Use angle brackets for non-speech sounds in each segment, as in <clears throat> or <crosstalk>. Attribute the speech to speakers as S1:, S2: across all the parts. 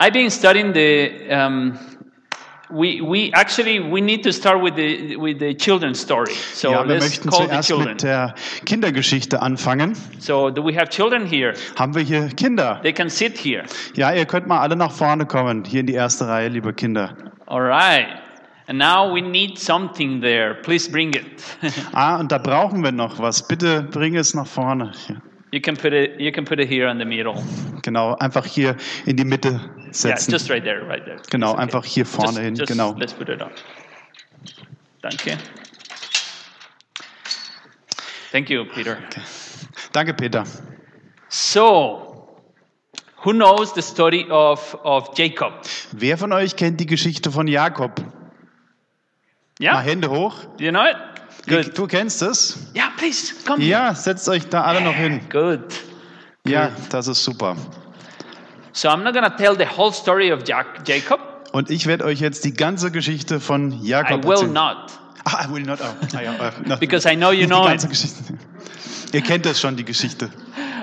S1: I've been studying the. Um, we, we actually we need to start with the with the children's story. So
S2: ja, wir
S1: let's
S2: möchten
S1: call the
S2: zuerst
S1: children.
S2: mit äh, der Kindergeschichte anfangen.
S1: So do we have children here?
S2: Haben wir hier Kinder?
S1: They can sit here.
S2: Ja, ihr könnt mal alle nach vorne kommen, hier in die erste Reihe, liebe Kinder.
S1: All right. And now we need something there. Please bring it. <laughs>
S2: Ah, und da brauchen wir noch was. Bitte bring es nach vorne. Ja,
S1: you can put it. You can put it here in the middle.
S2: Genau, einfach hier in die Mitte
S1: Yeah,
S2: setzen.
S1: just right there, right there.
S2: Genau,
S1: It's okay.
S2: einfach hier vorne
S1: Just-
S2: hin,
S1: just
S2: genau.
S1: Let's put it up. Danke. Thank you, Peter.
S2: Danke, Peter.
S1: So, who knows the story of, of Jacob?
S2: Wer von euch kennt die Geschichte von Jakob? Mal
S1: Yeah?
S2: Hände hoch.
S1: Do you know it? Good.
S2: Du kennst es?
S1: Yeah, please, come.
S2: Ja, setzt euch da alle noch hin.
S1: Good.
S2: Ja, das ist super.
S1: So, I'm not going to tell the whole story of Jac- Jacob.
S2: Und ich werde euch jetzt die ganze Geschichte von
S1: I
S2: Jakob
S1: will
S2: erzählen.
S1: not,
S2: Ah, I will not. Oh, ah, ja, äh,
S1: <laughs>
S2: na,
S1: because I know you
S2: die
S1: know it.
S2: ganze Geschichte. Ihr kennt das schon, die Geschichte.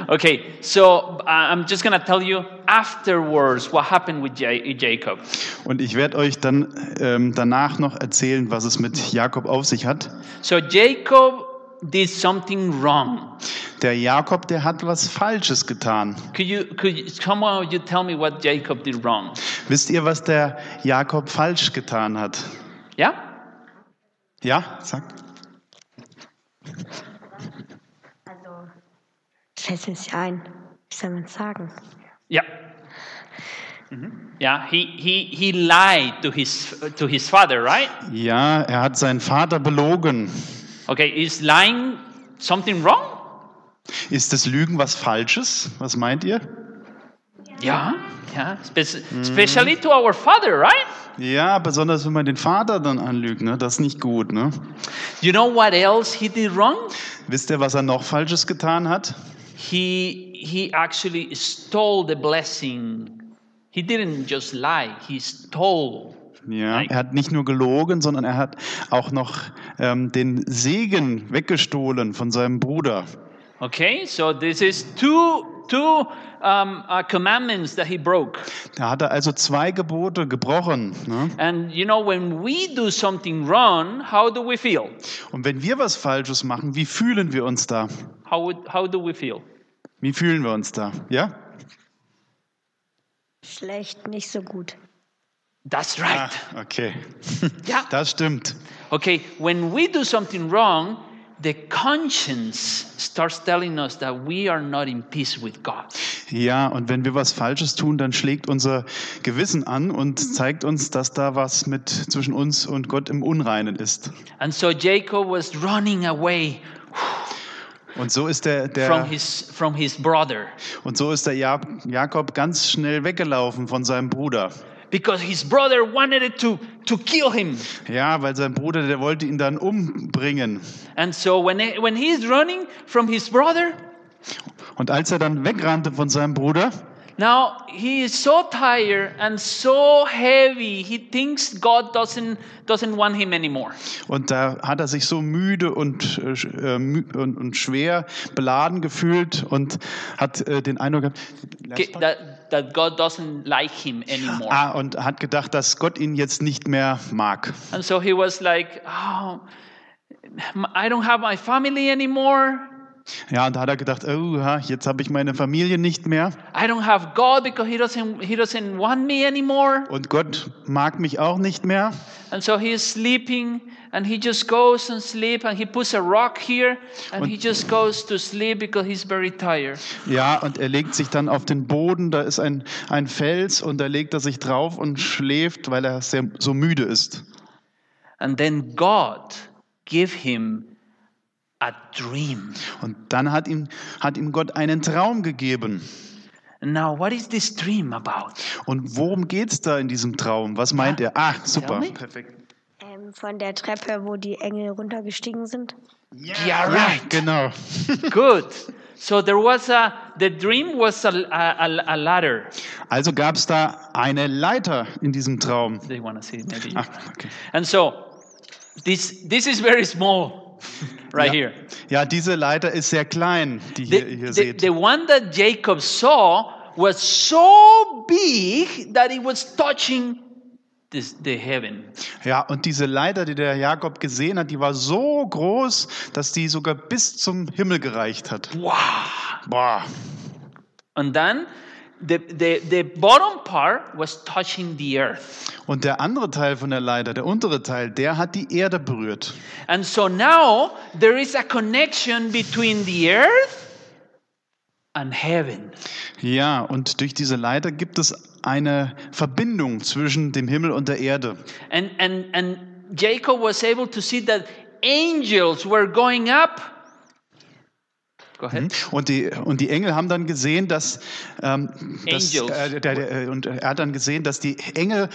S1: Okay, so I- I'm just going to tell you afterwards what happened with Ja- Jacob.
S2: Und ich werde euch dann ähm, danach noch erzählen, was es mit Jakob auf sich hat.
S1: So, Jacob did something wrong.
S2: Der Jakob, der hat was Falsches getan.
S1: Could you, could you, somehow you tell me what Jacob did wrong?
S2: Wisst ihr, was der Jakob falsch getan hat?
S1: Yeah?
S2: Ja, sag.
S3: Also, ich fällt nicht ein. Wie soll man sagen?
S1: Yeah. Yeah, he, he, he lied to his, to his father, right?
S2: Ja, er hat seinen Vater belogen.
S1: Okay, is lying something wrong?
S2: Ist das Lügen was Falsches? Was meint ihr?
S1: Yeah, yeah. Spec- Especially to our father, right?
S2: Ja, besonders wenn man den Vater dann anlügt, ne? Das ist nicht gut, ne?
S1: You know what else he did wrong?
S2: Wisst ihr, was er noch Falsches getan hat?
S1: He, he actually stole the blessing. He didn't just lie, he stole.
S2: Ja,
S1: Nein.
S2: er hat nicht nur gelogen, sondern er hat auch noch ähm, den Segen weggestohlen von seinem Bruder.
S1: Okay, so this is two, two um, uh, commandments that he broke.
S2: Da hat er also zwei Gebote gebrochen. Ne?
S1: And you know, when we do something wrong, how do we feel?
S2: Und wenn wir was Falsches machen, wie fühlen wir uns da?
S1: How, would, how do we feel?
S2: Wie fühlen wir uns da? Ja?
S3: Schlecht, nicht so gut.
S1: That's right.
S2: Ah, Okay.
S1: Ja.
S2: Das stimmt.
S1: Okay, when we do something wrong, the conscience starts telling us that we are not in peace with God.
S2: Ja, und wenn wir was Falsches tun, dann schlägt unser Gewissen an und zeigt uns, dass da was mit zwischen uns und Gott im Unreinen ist.
S1: And so Jacob was running away
S2: Und so ist der,
S1: from
S2: der,
S1: his from his brother
S2: und so ist der Ja- Jakob ganz schnell weggelaufen von seinem Bruder.
S1: because his brother wanted to to kill him.
S2: Ja, weil sein Bruder, der wollte ihn dann umbringen.
S1: And so when he, when he's running from his brother,
S2: Und als er dann wegrannte von seinem Bruder,
S1: Now he is so tired and so heavy. He thinks God doesn't doesn't want him anymore.
S2: und da hat er sich so müde und, äh, sch- äh, mü- und, und schwer beladen gefühlt und hat äh, den Eindruck gehabt,
S1: Ge- That that God doesn't like him anymore.
S2: ah, und hat gedacht, dass Gott ihn jetzt nicht mehr mag.
S1: And so he was like, "Oh, I don't have my family anymore.
S2: Ja, und da hat er gedacht, oh, ha, jetzt habe ich meine Familie nicht mehr
S1: I don't have God because he doesn't he doesn't want me anymore."
S2: und Gott mag mich auch nicht mehr.
S1: And so he is sleeping and he just goes and sleep and he puts a rock here and he just goes to sleep because he's very tired.
S2: Ja, und er legt sich dann auf den Boden, da ist ein, ein Fels und da legt er sich drauf und schläft, weil er sehr, so müde ist.
S1: And then God gave him a dream.
S2: Und dann hat ihm, hat ihm Gott einen Traum gegeben.
S1: And Now, what is this dream about?
S2: Und worum geht's da in diesem Traum? Was meint er? Ah, super.
S1: me.
S2: Perfekt.
S3: Ähm, von der Treppe, wo die Engel runtergestiegen sind.
S1: Yeah, right.
S2: Genau. <laughs>
S1: Good. So there was a the dream was a a, a ladder.
S2: Also gab's da eine Leiter in diesem Traum.
S1: They want to see it, maybe.
S2: Ah, okay.
S1: And so this this is very small, <laughs> right here.
S2: Ja, diese Leiter ist sehr klein, die
S1: The,
S2: ihr hier
S1: the,
S2: seht.
S1: the one that Jacob saw was so big that it was touching this, the heaven.
S2: Ja, und diese Leiter, die der Jakob gesehen hat, die war so groß, dass die sogar bis zum Himmel gereicht hat.
S1: Wow.
S2: Boah.
S1: And then the, the, the bottom part was touching the earth.
S2: Und der andere Teil von der Leiter, der untere Teil, der hat die Erde berührt.
S1: And so now there is a connection between the earth and heaven.
S2: Ja, und durch diese Leiter gibt es eine Verbindung zwischen dem Himmel und der Erde.
S1: And, and, and Jacob was able to see that angels were going up. Go ahead.
S2: Und die, und die Engel haben dann gesehen, dass, ähm, dass
S1: Angels.
S2: äh, der, der, und er hat dann gesehen, dass die Engel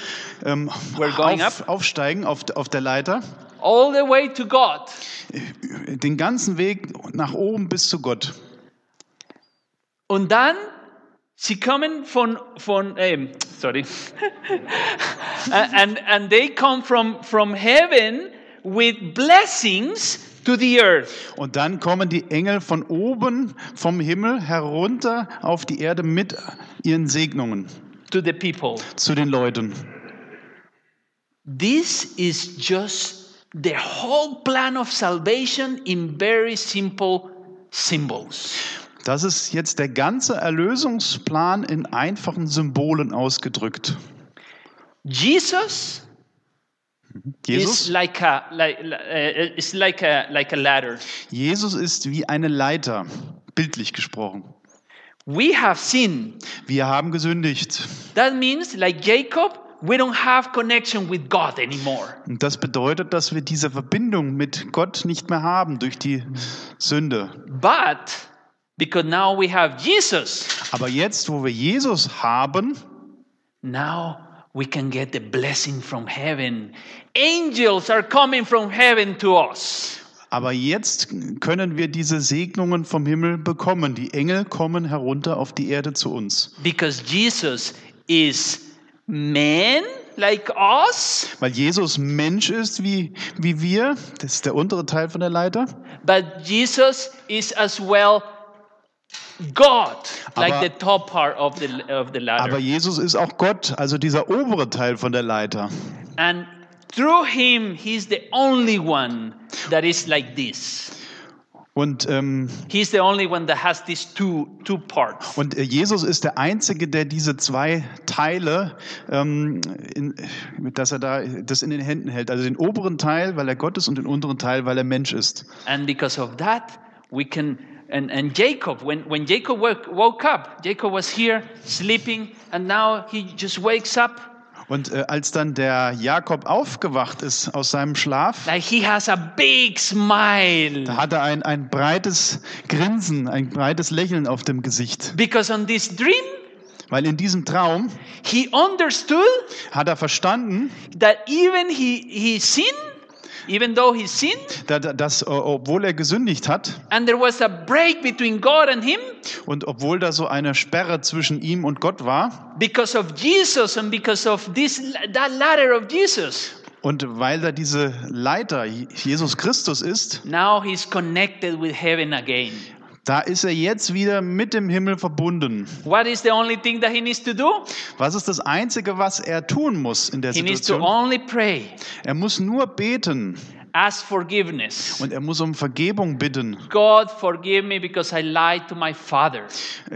S2: ähm,
S1: Were going
S2: auf, aufsteigen auf, auf der Leiter,
S1: All the way to God.
S2: den ganzen Weg nach oben bis zu Gott.
S1: Und dann, sie kommen von, von ähm, sorry. <laughs> and, and they come from, from heaven with blessings to the earth.
S2: Und dann kommen die Engel von oben vom Himmel herunter auf die Erde mit ihren Segnungen
S1: to the people.
S2: zu den Leuten.
S1: This is just the whole plan of salvation in very simple symbols.
S2: Das ist jetzt der ganze Erlösungsplan in einfachen Symbolen ausgedrückt.
S1: Jesus, is
S2: Jesus,
S1: like a like, li- uh, it's like a like a ladder.
S2: Jesus ist wie eine Leiter, bildlich gesprochen.
S1: We have sin.
S2: Wir haben gesündigt.
S1: That means like Jacob, we don't have connection with God anymore.
S2: Und das bedeutet, dass wir diese Verbindung mit Gott nicht mehr haben durch die Sünde.
S1: But because now we have Jesus,
S2: Aber jetzt, wo wir Jesus haben,
S1: now we can get the blessing from heaven. Angels are coming from heaven to us.
S2: aber jetzt können wir diese Segnungen vom Himmel bekommen. Die Engel kommen herunter auf die Erde zu uns.
S1: Because Jesus is man like us,
S2: Weil Jesus Mensch ist wie, wie wir, das ist der untere Teil von der Leiter,
S1: but Jesus is as well God, like
S2: Aber-
S1: the top part of the of the
S2: aber
S1: ladder.
S2: Jesus ist auch Gott, also dieser obere Teil von der Leiter.
S1: And through him he's the only one that is like this.
S2: Und ähm,
S1: He's the only one that has these two two parts.
S2: Und äh, Jesus ist der Einzige, der diese zwei Teile, ähm, in, dass er da das in den Händen hält. Also den oberen Teil, weil er Gott ist, und den unteren Teil, weil er Mensch ist.
S1: And because of that, we can. And, and Jacob, when, when Jacob woke, woke up, Jacob was here sleeping, and now he just wakes up
S2: Und äh, als dann der Jakob aufgewacht ist aus seinem Schlaf,
S1: Like he has a big smile.
S2: da hat er ein, ein breites Grinsen, ein breites Lächeln auf dem Gesicht.
S1: Because on this dream,
S2: Weil in diesem Traum
S1: he understood
S2: hat er verstanden,
S1: that even he, he sinned, even though he sinned,
S2: da- da- dass äh, obwohl er gesündigt hat
S1: and there was a break between God and him,
S2: und obwohl da so eine Sperre zwischen ihm und Gott war,
S1: because of Jesus and because of this that ladder of Jesus,
S2: Und weil da diese Leiter Jesus Christus ist,
S1: now he's connected with heaven again.
S2: da ist er jetzt wieder mit dem Himmel verbunden.
S1: What is the only thing that he needs to do?
S2: Was ist das Einzige, was er tun muss in der
S1: He needs to
S2: Situation?
S1: only pray,
S2: Er muss nur beten
S1: ask forgiveness.
S2: und er muss um Vergebung bitten.
S1: God, forgive me because I lied to my father.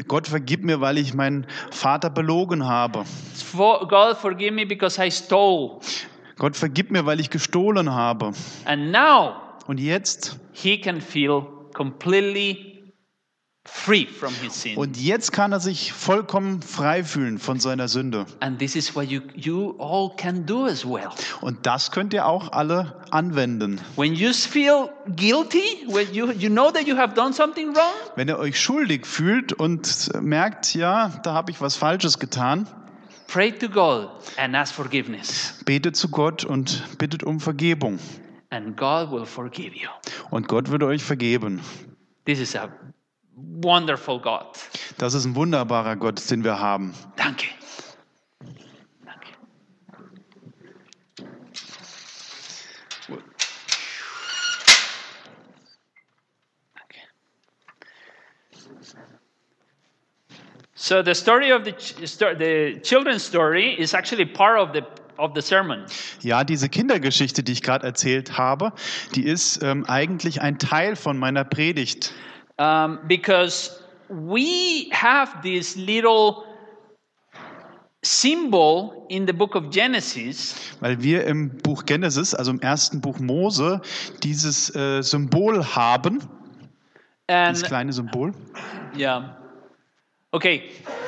S2: Gott vergib mir, weil ich meinen Vater belogen habe.
S1: For, God, forgive me because I stole.
S2: Gott vergib mir, weil ich gestohlen habe.
S1: And now
S2: Und jetzt,
S1: he can feel completely free from his sin.
S2: und jetzt kann er sich vollkommen frei fühlen von seiner Sünde.
S1: and this is what you, you all can do as well.
S2: Und das könnt ihr auch alle anwenden.
S1: When you feel guilty, when you, you know that you have done something wrong,
S2: Wenn ihr euch schuldig fühlt und merkt, ja, da habe ich was Falsches getan,
S1: pray to God and ask forgiveness.
S2: betet zu Gott und bittet um Vergebung.
S1: And God will forgive you.
S2: Und Gott würde euch vergeben.
S1: This is a wonderful God.
S2: Das ist ein wunderbarer Gott, den wir haben.
S1: Danke. Danke. Danke. So the story of the, ch- sto- the children's story is actually part of the, of the sermon.
S2: Ja, diese Kindergeschichte, die ich gerade erzählt habe, die ist ähm, eigentlich ein Teil von meiner Predigt.
S1: Um, because we have this little symbol in the book of Genesis
S2: Weil wir im Buch Genesis, also im ersten Buch Mose, dieses äh, Symbol haben,
S1: and
S2: dieses kleine Symbol.
S1: yeah okay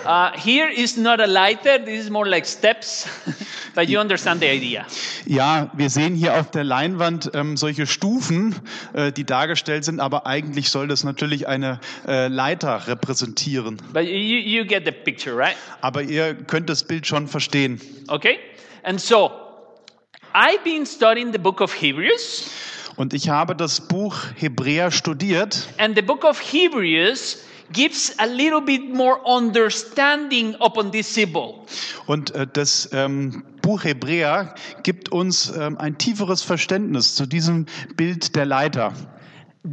S1: uh, here is not a lighter this is more like steps <laughs> but you understand the idea
S2: Ja, wir sehen hier auf der Leinwand ähm, solche Stufen, äh, die dargestellt sind, aber eigentlich soll das natürlich eine äh, Leiter repräsentieren.
S1: but you, you get the picture right
S2: Aber ihr könnt das Bild schon verstehen.
S1: okay and so i've been studying the book of hebrews
S2: Und ich habe das Buch Hebräer studiert
S1: and the book of hebrews gives a little bit more understanding upon this symbol
S2: Und äh, das ähm, Buch Hebräer gibt uns ähm, ein tieferes Verständnis zu diesem Bild der Leiter.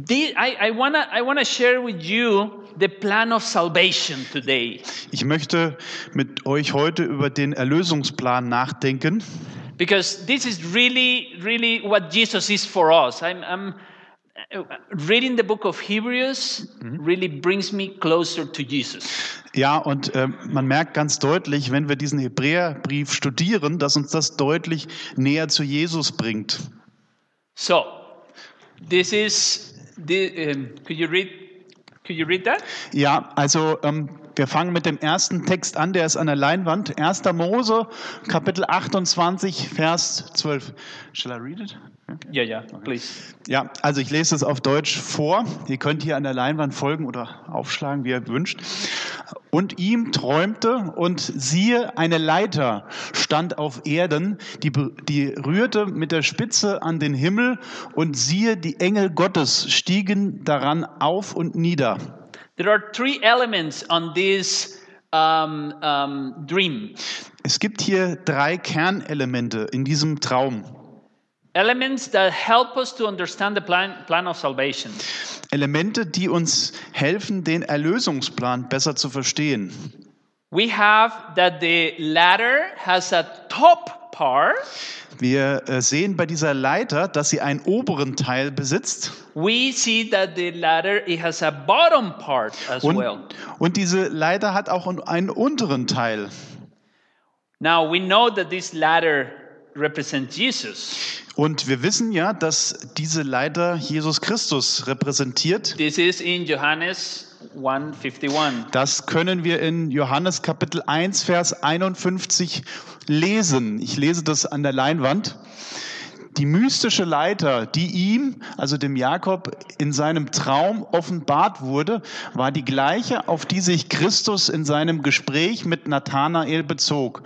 S1: The, I, I want to I wanna share with you the plan of salvation today
S2: Ich möchte mit euch heute über den Erlösungsplan nachdenken,
S1: because this is really, really what Jesus is for us. I'm, I'm uh, reading the book of Hebrews really brings me closer to Jesus.
S2: Ja, und äh, man merkt ganz deutlich, wenn wir diesen Hebräerbrief studieren, dass uns das deutlich näher zu Jesus bringt.
S1: So, this is the. Um, could you read? Could you read that?
S2: Ja, also ähm, wir fangen mit dem ersten Text an, der ist an der Leinwand. 1. Mose, Kapitel 28, Vers 12. Shall I read it?
S1: Yeah, yeah. Please.
S2: Ja, also ich lese es auf Deutsch vor. Ihr könnt hier an der Leinwand folgen oder aufschlagen, wie ihr wünscht. Und ihm träumte und siehe, eine Leiter stand auf Erden, die, be- die rührte mit der Spitze an den Himmel und siehe, die Engel Gottes stiegen daran auf und nieder.
S1: There are three elements on this um, um, dream.
S2: Es gibt hier drei Kernelemente in diesem Traum.
S1: Elements that help us to understand the plan, plan of salvation.
S2: Elemente, die uns helfen, den Erlösungsplan besser zu verstehen.
S1: We have that the ladder has a top part.
S2: Wir äh, sehen bei dieser Leiter, dass sie einen oberen Teil besitzt
S1: We see that the ladder it has a bottom part as
S2: und,
S1: well.
S2: und diese Leiter hat auch einen unteren Teil.
S1: Now we know that this ladder represents Jesus.
S2: Und wir wissen ja, dass diese Leiter Jesus Christus repräsentiert.
S1: This is in Johannes 1:51.
S2: Das können wir in Johannes Kapitel 1, Vers 51 lesen. Ich lese das an der Leinwand. Die mystische Leiter, die ihm, also dem Jakob, in seinem Traum offenbart wurde, war die gleiche, auf die sich Christus in seinem Gespräch mit Nathanael bezog.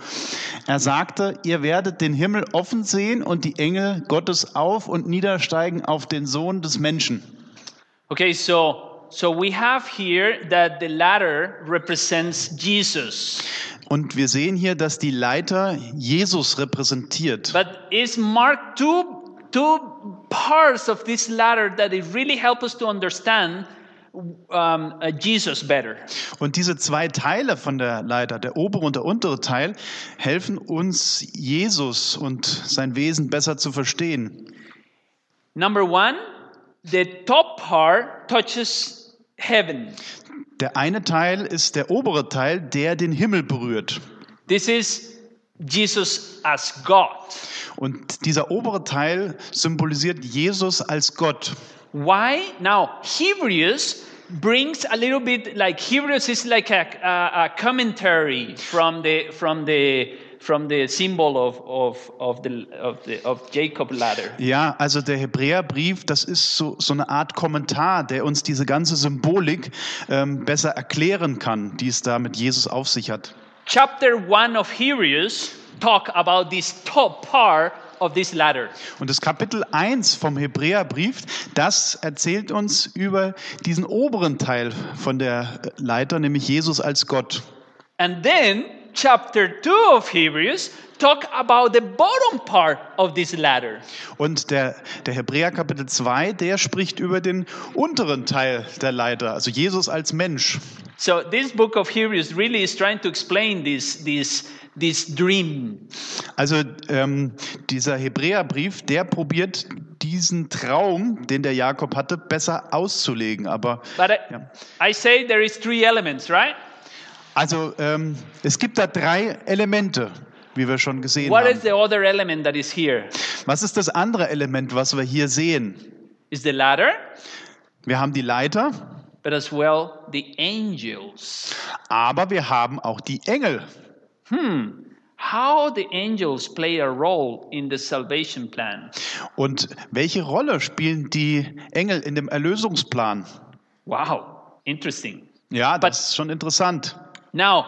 S2: Er sagte, ihr werdet den Himmel offen sehen und die Engel Gottes auf und niedersteigen auf den Sohn des Menschen.
S1: Okay, so so we have here that the ladder represents Jesus.
S2: Und wir sehen hier, dass die Leiter Jesus repräsentiert.
S1: But it's marked two, two parts of this ladder that it really help us to understand um, uh, Jesus better.
S2: Und diese zwei Teile von der Leiter, der obere und der untere Teil, helfen uns, Jesus und sein Wesen besser zu verstehen.
S1: Number one, the top part touches heaven.
S2: Der eine Teil ist der obere Teil, der den Himmel berührt.
S1: This is Jesus as God.
S2: Und dieser obere Teil symbolisiert Jesus als Gott.
S1: Why? Now, Hebrews brings a little bit like Hebrews is like a, a, a commentary from the from the from the symbol of of of the of the of Jacob ladder.
S2: Ja, also der Hebräerbrief, das ist so, so eine Art Kommentar, der uns diese ganze Symbolik ähm, besser erklären kann, die es da mit Jesus auf sich hat.
S1: Chapter 1 of Hebrews talk about this top part of this ladder.
S2: Und das Kapitel 1 vom Hebräerbrief, das erzählt uns über diesen oberen Teil von der Leiter, nämlich Jesus als Gott.
S1: And then chapter 2 of Hebrews talk about the bottom part of this ladder.
S2: Und der, der Hebräer Kapitel 2, der spricht über den unteren Teil der Leiter, also Jesus als Mensch.
S1: So this book of Hebrews really is trying to explain this this this dream.
S2: Also ähm, dieser Hebräerbrief, der probiert diesen Traum, den der Jakob hatte, besser auszulegen. Aber
S1: But I, I say there is three elements, right?
S2: also ähm, es gibt da drei Elemente, wie wir schon gesehen
S1: What
S2: haben.
S1: is the other element that is here?
S2: Was ist das andere Element, was wir hier sehen?
S1: Is the ladder,
S2: Wir haben die Leiter,
S1: but as well the angels.
S2: aber wir haben auch die Engel.
S1: How the angels play a role in the salvation plan.
S2: Und welche Rolle spielen die Engel in dem Erlösungsplan?
S1: Wow, interesting.
S2: Ja, das ist schon interessant.
S1: Now,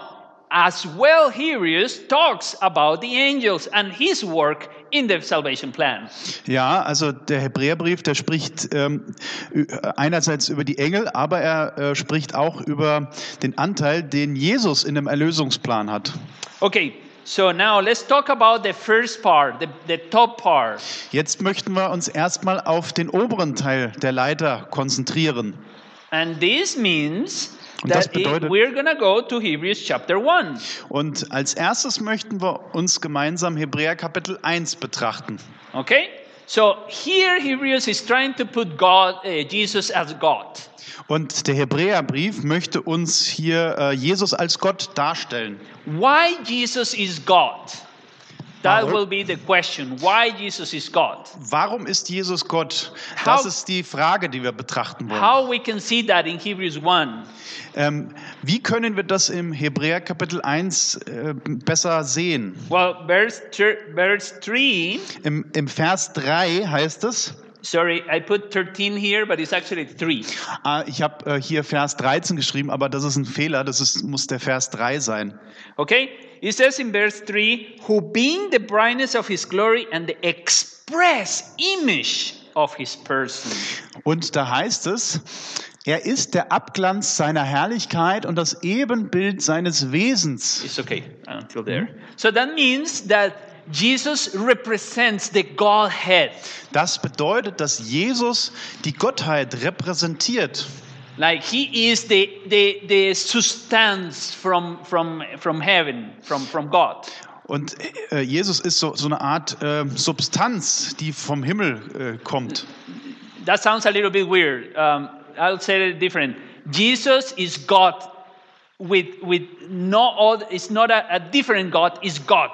S1: as well, Hebrews talks about the angels and his work in the salvation plan.
S2: Ja, also der Hebräerbrief, der spricht ähm, ü- einerseits über die Engel, aber er äh, spricht auch über den Anteil, den Jesus in dem Erlösungsplan hat.
S1: Okay, so now let's talk about the first part, the, the top part.
S2: Jetzt möchten wir uns erstmal auf den oberen Teil der Leiter konzentrieren.
S1: And this means
S2: Und das
S1: that it-
S2: bedeutet-
S1: we're going to go to Hebrews chapter 1.
S2: Und als erstes möchten wir uns gemeinsam Hebräer Kapitel 1 betrachten.
S1: Okay? So here Hebrews is trying to put God, uh, Jesus as God.
S2: Und der Hebräerbrief möchte uns hier äh, Jesus als Gott darstellen.
S1: Why Jesus is God? That
S2: Warum?
S1: will be the question. Why Jesus is God?
S2: Warum ist Jesus Gott? Das
S1: How-
S2: ist die Frage, die wir betrachten wollen.
S1: How we can see that in Hebrews 1?
S2: Ähm, wie können wir das im Hebräer Kapitel 1 äh, besser sehen?
S1: Well, verse, thir- verse 3,
S2: Im, Im Vers 3 heißt es,
S1: sorry, I put 13 here, but it's actually 3.
S2: ah, ich habe äh, hier Vers 13 geschrieben, aber das ist ein Fehler, das ist, muss der Vers 3 sein.
S1: Okay? It says in verse 3 Who being the brightness of his glory and the express image of his person.
S2: Und da heißt es, er ist der Abglanz seiner Herrlichkeit und das Ebenbild seines Wesens.
S1: It's okay until there. So that means that Jesus represents the Godhead.
S2: Das bedeutet, dass Jesus die Gottheit repräsentiert.
S1: Like he is the, the, the substance from, from, from heaven, from, from God.
S2: Und äh, Jesus ist so, so eine Art äh, Substanz, die vom Himmel äh, kommt.
S1: That sounds a little bit weird. Um, I'll say it different. Jesus is God with with no other. It's not a, a different God. Is God.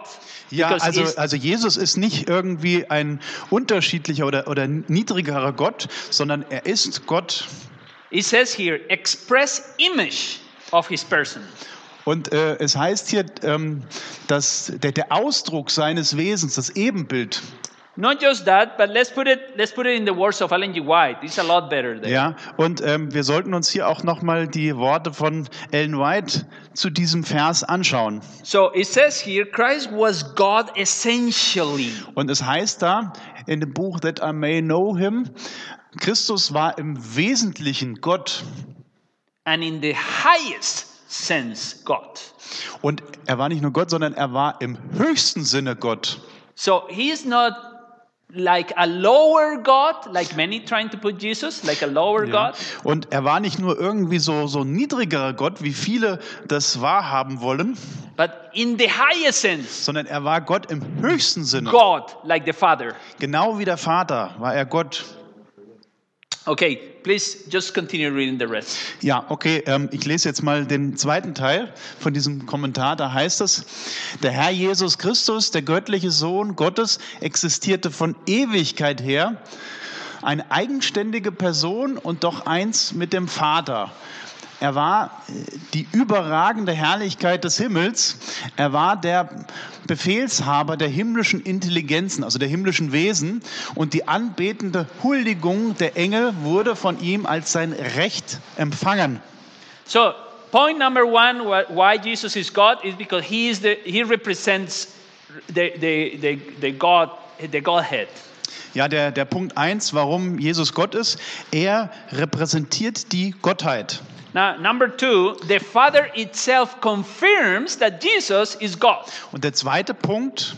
S2: Ja,
S1: Because
S2: also,
S1: it's-
S2: also Jesus ist nicht irgendwie ein unterschiedlicher oder, oder niedrigerer Gott, sondern er ist Gott.
S1: it says here express image of his person.
S2: Und äh, es heißt hier, ähm, dass der, der Ausdruck seines Wesens, das Ebenbild,
S1: Not just that, but let's put it let's put it in the words of Ellen G. White. It's a lot better there.
S2: ja. Und ähm, wir sollten uns hier auch nochmal die Worte von Ellen White zu diesem Vers anschauen.
S1: So it says here Christ was God essentially.
S2: Und es heißt da in dem Buch That I May Know Him, Christus war im Wesentlichen Gott
S1: and in the highest sense God.
S2: und er war nicht nur Gott, sondern er war im höchsten Sinne Gott.
S1: So he is not like a lower God, like many trying to put Jesus, like a lower God.
S2: Und er war nicht nur irgendwie so so ein niedrigerer Gott, wie viele das wahrhaben wollen,
S1: But in the highest sense,
S2: sondern er war Gott im höchsten Sinne.
S1: God, like the Father.
S2: Genau wie der Vater war er Gott.
S1: Okay, please just continue reading the rest.
S2: Ja, okay, ähm, ich lese jetzt mal den zweiten Teil von diesem Kommentar. Da heißt es, der Herr Jesus Christus, der göttliche Sohn Gottes, existierte von Ewigkeit her, eine eigenständige Person und doch eins mit dem Vater. Er war äh, die überragende Herrlichkeit des Himmels. Er war der Befehlshaber der himmlischen Intelligenzen, also der himmlischen Wesen. Und die anbetende Huldigung der Engel wurde von ihm als sein Recht empfangen.
S1: So, point number one wh- why Jesus is God is because he, is the, he represents the, the, the, the, God, the Godhead.
S2: Ja, der, der Punkt eins, warum Jesus Gott ist, er repräsentiert die Gottheit.
S1: Now, number two, the Father itself confirms that Jesus is God.
S2: Und der zweite Punkt,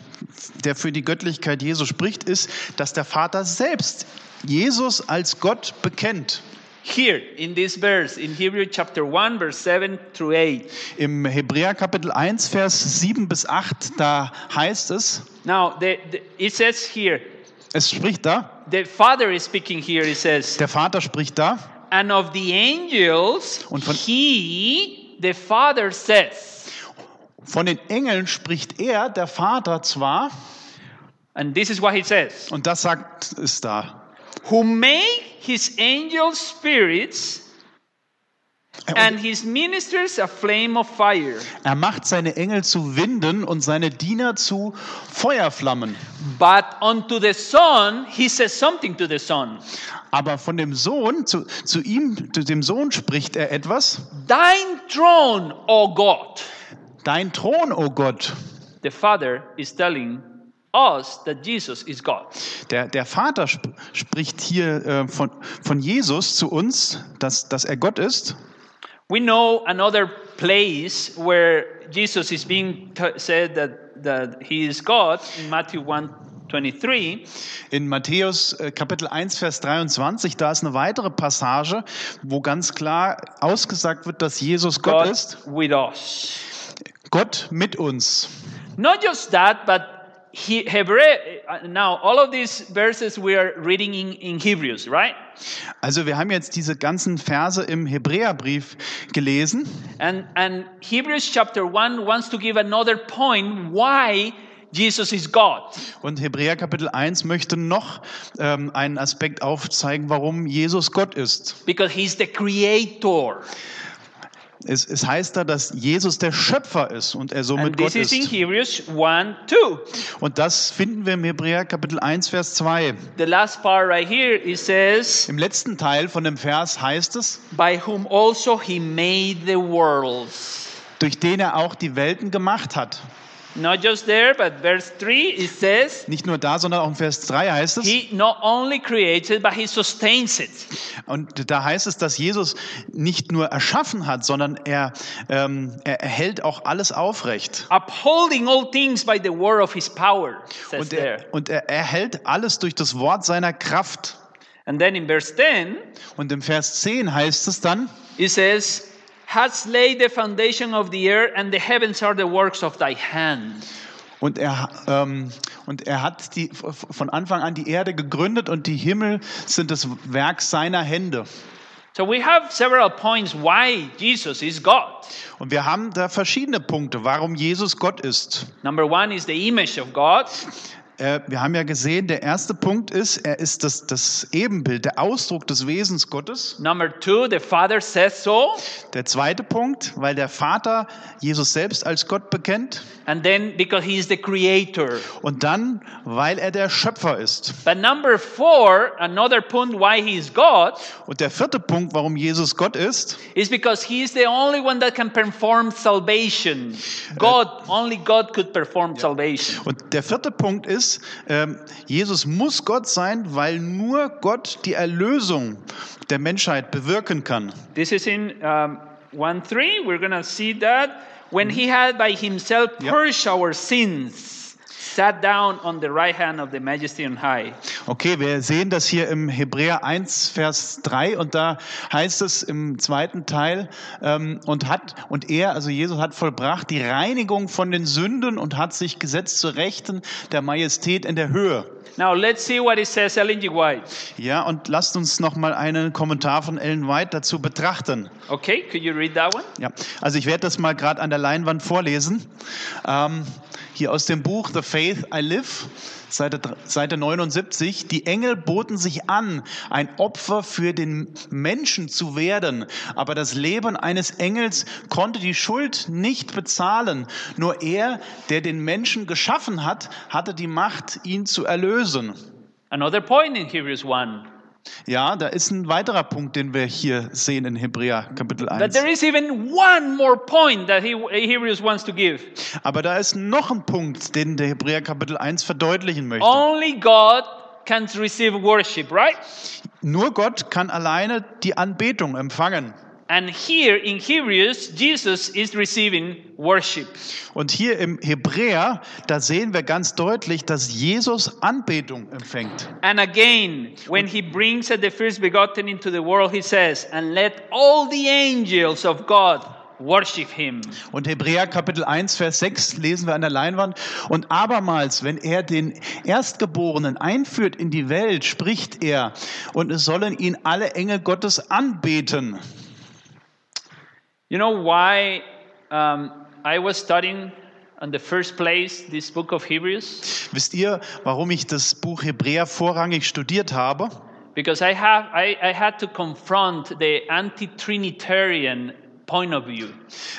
S2: der für die Göttlichkeit Jesu spricht, ist, dass der Vater selbst Jesus als Gott bekennt.
S1: Here in this verse, in Hebrew chapter 1, verse 7 through 8.
S2: Im Hebräer Kapitel 1, Vers 7 bis 8, da heißt es,
S1: Now, the, the, it says here,
S2: es spricht da,
S1: the Father is speaking here, it says,
S2: der Vater spricht da,
S1: and of the angels,
S2: Und von-
S1: he, the Father says,
S2: von den Engeln spricht er, der Vater zwar,
S1: and this is what he says,
S2: und das sagt es da.
S1: who made his angels spirits and his ministers a flame of fire.
S2: Er macht seine Engel zu Winden und seine Diener zu Feuerflammen.
S1: But unto the Son, he says something to the Son.
S2: Aber von dem Sohn, zu, zu ihm, zu dem Sohn spricht er etwas.
S1: Thine throne, O God.
S2: Dein Thron, o Gott.
S1: The Father is telling us that Jesus is God.
S2: Der, der Vater sp spricht hier äh, von, von Jesus zu uns, dass, dass er Gott ist.
S1: We know another place where Jesus is being t- said that, that he is God in Matthew 1 23.
S2: In Matthäus äh, Kapitel 1, Vers 23, da ist eine weitere Passage, wo ganz klar ausgesagt wird, dass Jesus Gott
S1: God
S2: ist.
S1: with us.
S2: Gott mit uns.
S1: Not just that, but he, Hebrew. uh, Now, all of these verses we are reading in, in Hebrews, right?
S2: Also wir haben jetzt diese ganzen Verse im Hebräerbrief gelesen.
S1: And, and Hebrews chapter 1 wants to give another point why Jesus is God.
S2: Und Hebräer Kapitel 1 möchte noch ähm, einen Aspekt aufzeigen, warum Jesus Gott ist.
S1: Because he's the creator.
S2: Es, es heißt da, dass Jesus der Schöpfer ist und er somit
S1: And
S2: Gott
S1: this is in
S2: ist.
S1: Hebrews 1 2.
S2: Und das finden wir im Hebräer Kapitel 1, Vers 2.
S1: The last part right here, it says,
S2: Im letzten Teil von dem Vers heißt es,
S1: By whom also he made the worlds.
S2: durch den er auch die Welten gemacht hat.
S1: Not just there, but verse 3, it says,
S2: Nicht nur da, sondern auch im Vers 3 heißt es.
S1: He not only created, but he sustains it.
S2: Und da heißt es, dass Jesus nicht nur erschaffen hat, sondern er, ähm, er hält auch alles aufrecht.
S1: Upholding all things by the word of his power, says
S2: Und
S1: there.
S2: er, und er erhält alles durch das Wort seiner Kraft.
S1: And then in verse 10,
S2: Und im Vers 10 heißt es dann,
S1: It says, Hast laid the foundation of the earth, and the heavens are the works of thy hand.
S2: und er, ähm, und er hat die, von Anfang an die Erde gegründet und die Himmel sind das Werk seiner Hände.
S1: So we have several points why Jesus is God.
S2: Und wir haben da verschiedene Punkte, warum Jesus Gott ist.
S1: Number one is the image of God.
S2: Äh, wir haben ja gesehen, der erste Punkt ist, er ist das, das Ebenbild, der Ausdruck des Wesens Gottes.
S1: Number two, the Father says so.
S2: Der zweite Punkt, weil der Vater Jesus selbst als Gott bekennt.
S1: And then because he is the creator.
S2: Und dann, weil er der Schöpfer ist.
S1: But number four, another point why he is God,
S2: Und der vierte Punkt, warum Jesus Gott ist,
S1: is because he is the only one that can perform salvation. God, only God could perform salvation.
S2: Und der vierte Punkt ist, ähm, Jesus muss Gott sein, weil nur Gott die Erlösung der Menschheit bewirken kann.
S1: This is in um, 1 3. We're going to see that. When he had by himself purged our sins, sat down on the right hand of the majesty on high.
S2: Okay, wir sehen das hier im Hebräer 1, Vers 3 und da heißt es im zweiten Teil, ähm, und hat, und er, also Jesus hat vollbracht die Reinigung von den Sünden und hat sich gesetzt zu Rechten der Majestät in der Höhe.
S1: Now let's see what it says, Ellen G. White.
S2: Ja, und lasst uns nochmal einen Kommentar von Ellen White dazu betrachten.
S1: Okay, could you read that one?
S2: Ja, also ich werde das mal gerade an der Leinwand vorlesen. Ähm, hier aus dem Buch The Faith I Live, Seite, dr- Seite 79. Die Engel boten sich an, ein Opfer für den Menschen zu werden. Aber das Leben eines Engels konnte die Schuld nicht bezahlen. Nur er, der den Menschen geschaffen hat, hatte die Macht, ihn zu erlösen.
S1: Another point in Hebrews 1.
S2: Ja, da ist ein weiterer Punkt, den wir hier sehen in Hebräer Kapitel 1.
S1: But there is even one more point that he, Hebrews wants to give.
S2: Aber da ist noch ein Punkt, den der Hebräer Kapitel 1 verdeutlichen möchte.
S1: Only God can receive worship, right?
S2: Nur Gott kann alleine die Anbetung empfangen.
S1: And here in Hebrews, Jesus is receiving worship.
S2: Und hier im Hebräer, da sehen wir ganz deutlich, dass Jesus Anbetung empfängt.
S1: And again, when he brings the first begotten into the world, he says, And let all the angels of God worship him.
S2: Und Hebräer Kapitel 1, Vers 6 lesen wir an der Leinwand. Und abermals, wenn er den Erstgeborenen einführt in die Welt, spricht er, und es sollen ihn alle Engel Gottes anbeten.
S1: You know why um, I was studying on the first place this book of Hebrews?
S2: Wisst ihr, warum ich das Buch Hebräer vorrangig studiert habe?
S1: Because I, have, I, I had to confront the anti Trinitarian point of view.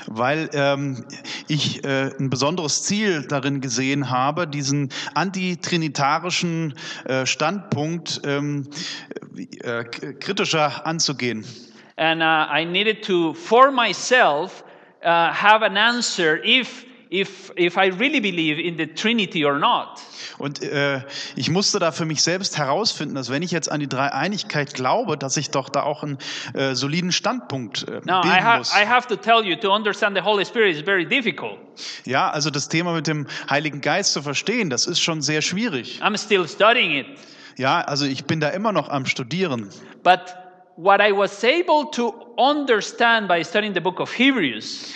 S2: Weil ähm, ich äh, ein besonderes Ziel darin gesehen habe, diesen antitrinitarischen äh, Standpunkt ähm, äh, k- kritischer anzugehen.
S1: And uh, I needed to, for myself, uh, have an answer if, if, if I really believe in the Trinity or not.
S2: Und äh, ich musste da für mich selbst herausfinden, dass wenn ich jetzt an die Dreieinigkeit glaube, dass ich doch da auch einen äh, soliden Standpunkt äh,
S1: Now, I,
S2: bilden
S1: ha-
S2: muss.
S1: I have to tell you, to understand the Holy Spirit is very difficult.
S2: Ja, also das Thema mit dem Heiligen Geist zu verstehen, das ist schon sehr schwierig.
S1: I'm still studying it.
S2: Ja, also ich bin da immer noch am Studieren.
S1: But what I was able to understand by studying the book of Hebrews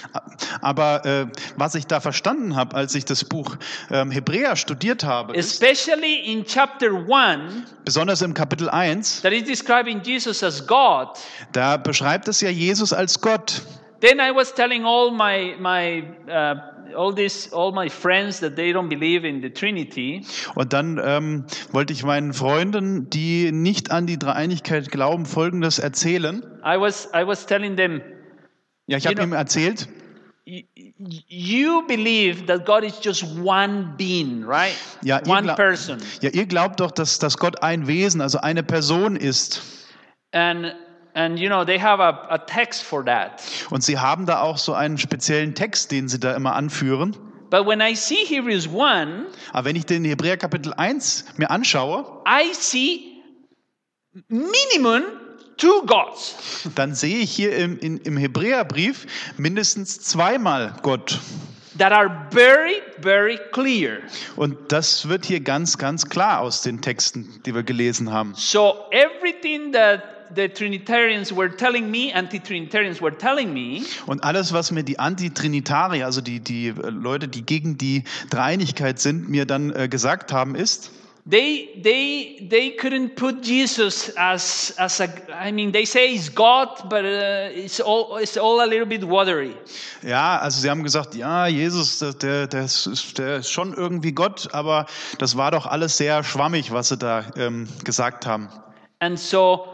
S2: Aber äh, was ich da verstanden habe, als ich das Buch ähm, Hebräer studiert habe, ist,
S1: especially in chapter 1
S2: besonders im Kapitel 1,
S1: that is describing Jesus as God.
S2: da beschreibt es ja Jesus als Gott.
S1: Then I was telling all my my uh, all this all my friends that they don't believe in the Trinity
S2: Und dann ähm, wollte ich meinen Freunden, die nicht an die Dreieinigkeit glauben, Folgendes erzählen.
S1: I was I was telling them
S2: Ja, ich
S1: Jeder-
S2: habe ihm erzählt,
S1: "Y- y- you believe that God is just one being right
S2: Ja, ihr
S1: one
S2: gla-
S1: person
S2: ja, ihr glaubt doch, dass, dass Gott ein Wesen, also eine Person ist.
S1: and and you know they have a, a text for that
S2: Und sie haben da auch so einen speziellen Text, den sie da immer anführen.
S1: but when I see Hebrews 1
S2: Aber wenn ich den Hebräer Kapitel 1 mir anschaue,
S1: I see minimum two gods
S2: dann sehe ich hier im, in, im Hebräerbrief mindestens zweimal Gott.
S1: that are very very clear
S2: Und das wird hier ganz, ganz klar aus den Texten, die wir gelesen haben.
S1: So everything that the Trinitarians were telling me, anti-Trinitarians were telling me,
S2: Und alles, was mir die Antitrinitarier, also die, die äh, Leute, die gegen die Dreieinigkeit sind, mir dann äh, gesagt haben, ist,
S1: they they they couldn't put Jesus as as a. I mean, they say he's God, but uh, it's all it's all a little bit watery.
S2: ja, also sie haben gesagt, ja, Jesus, der, der, der, ist, der ist schon irgendwie Gott, aber das war doch alles sehr schwammig, was sie da ähm, gesagt haben.
S1: And so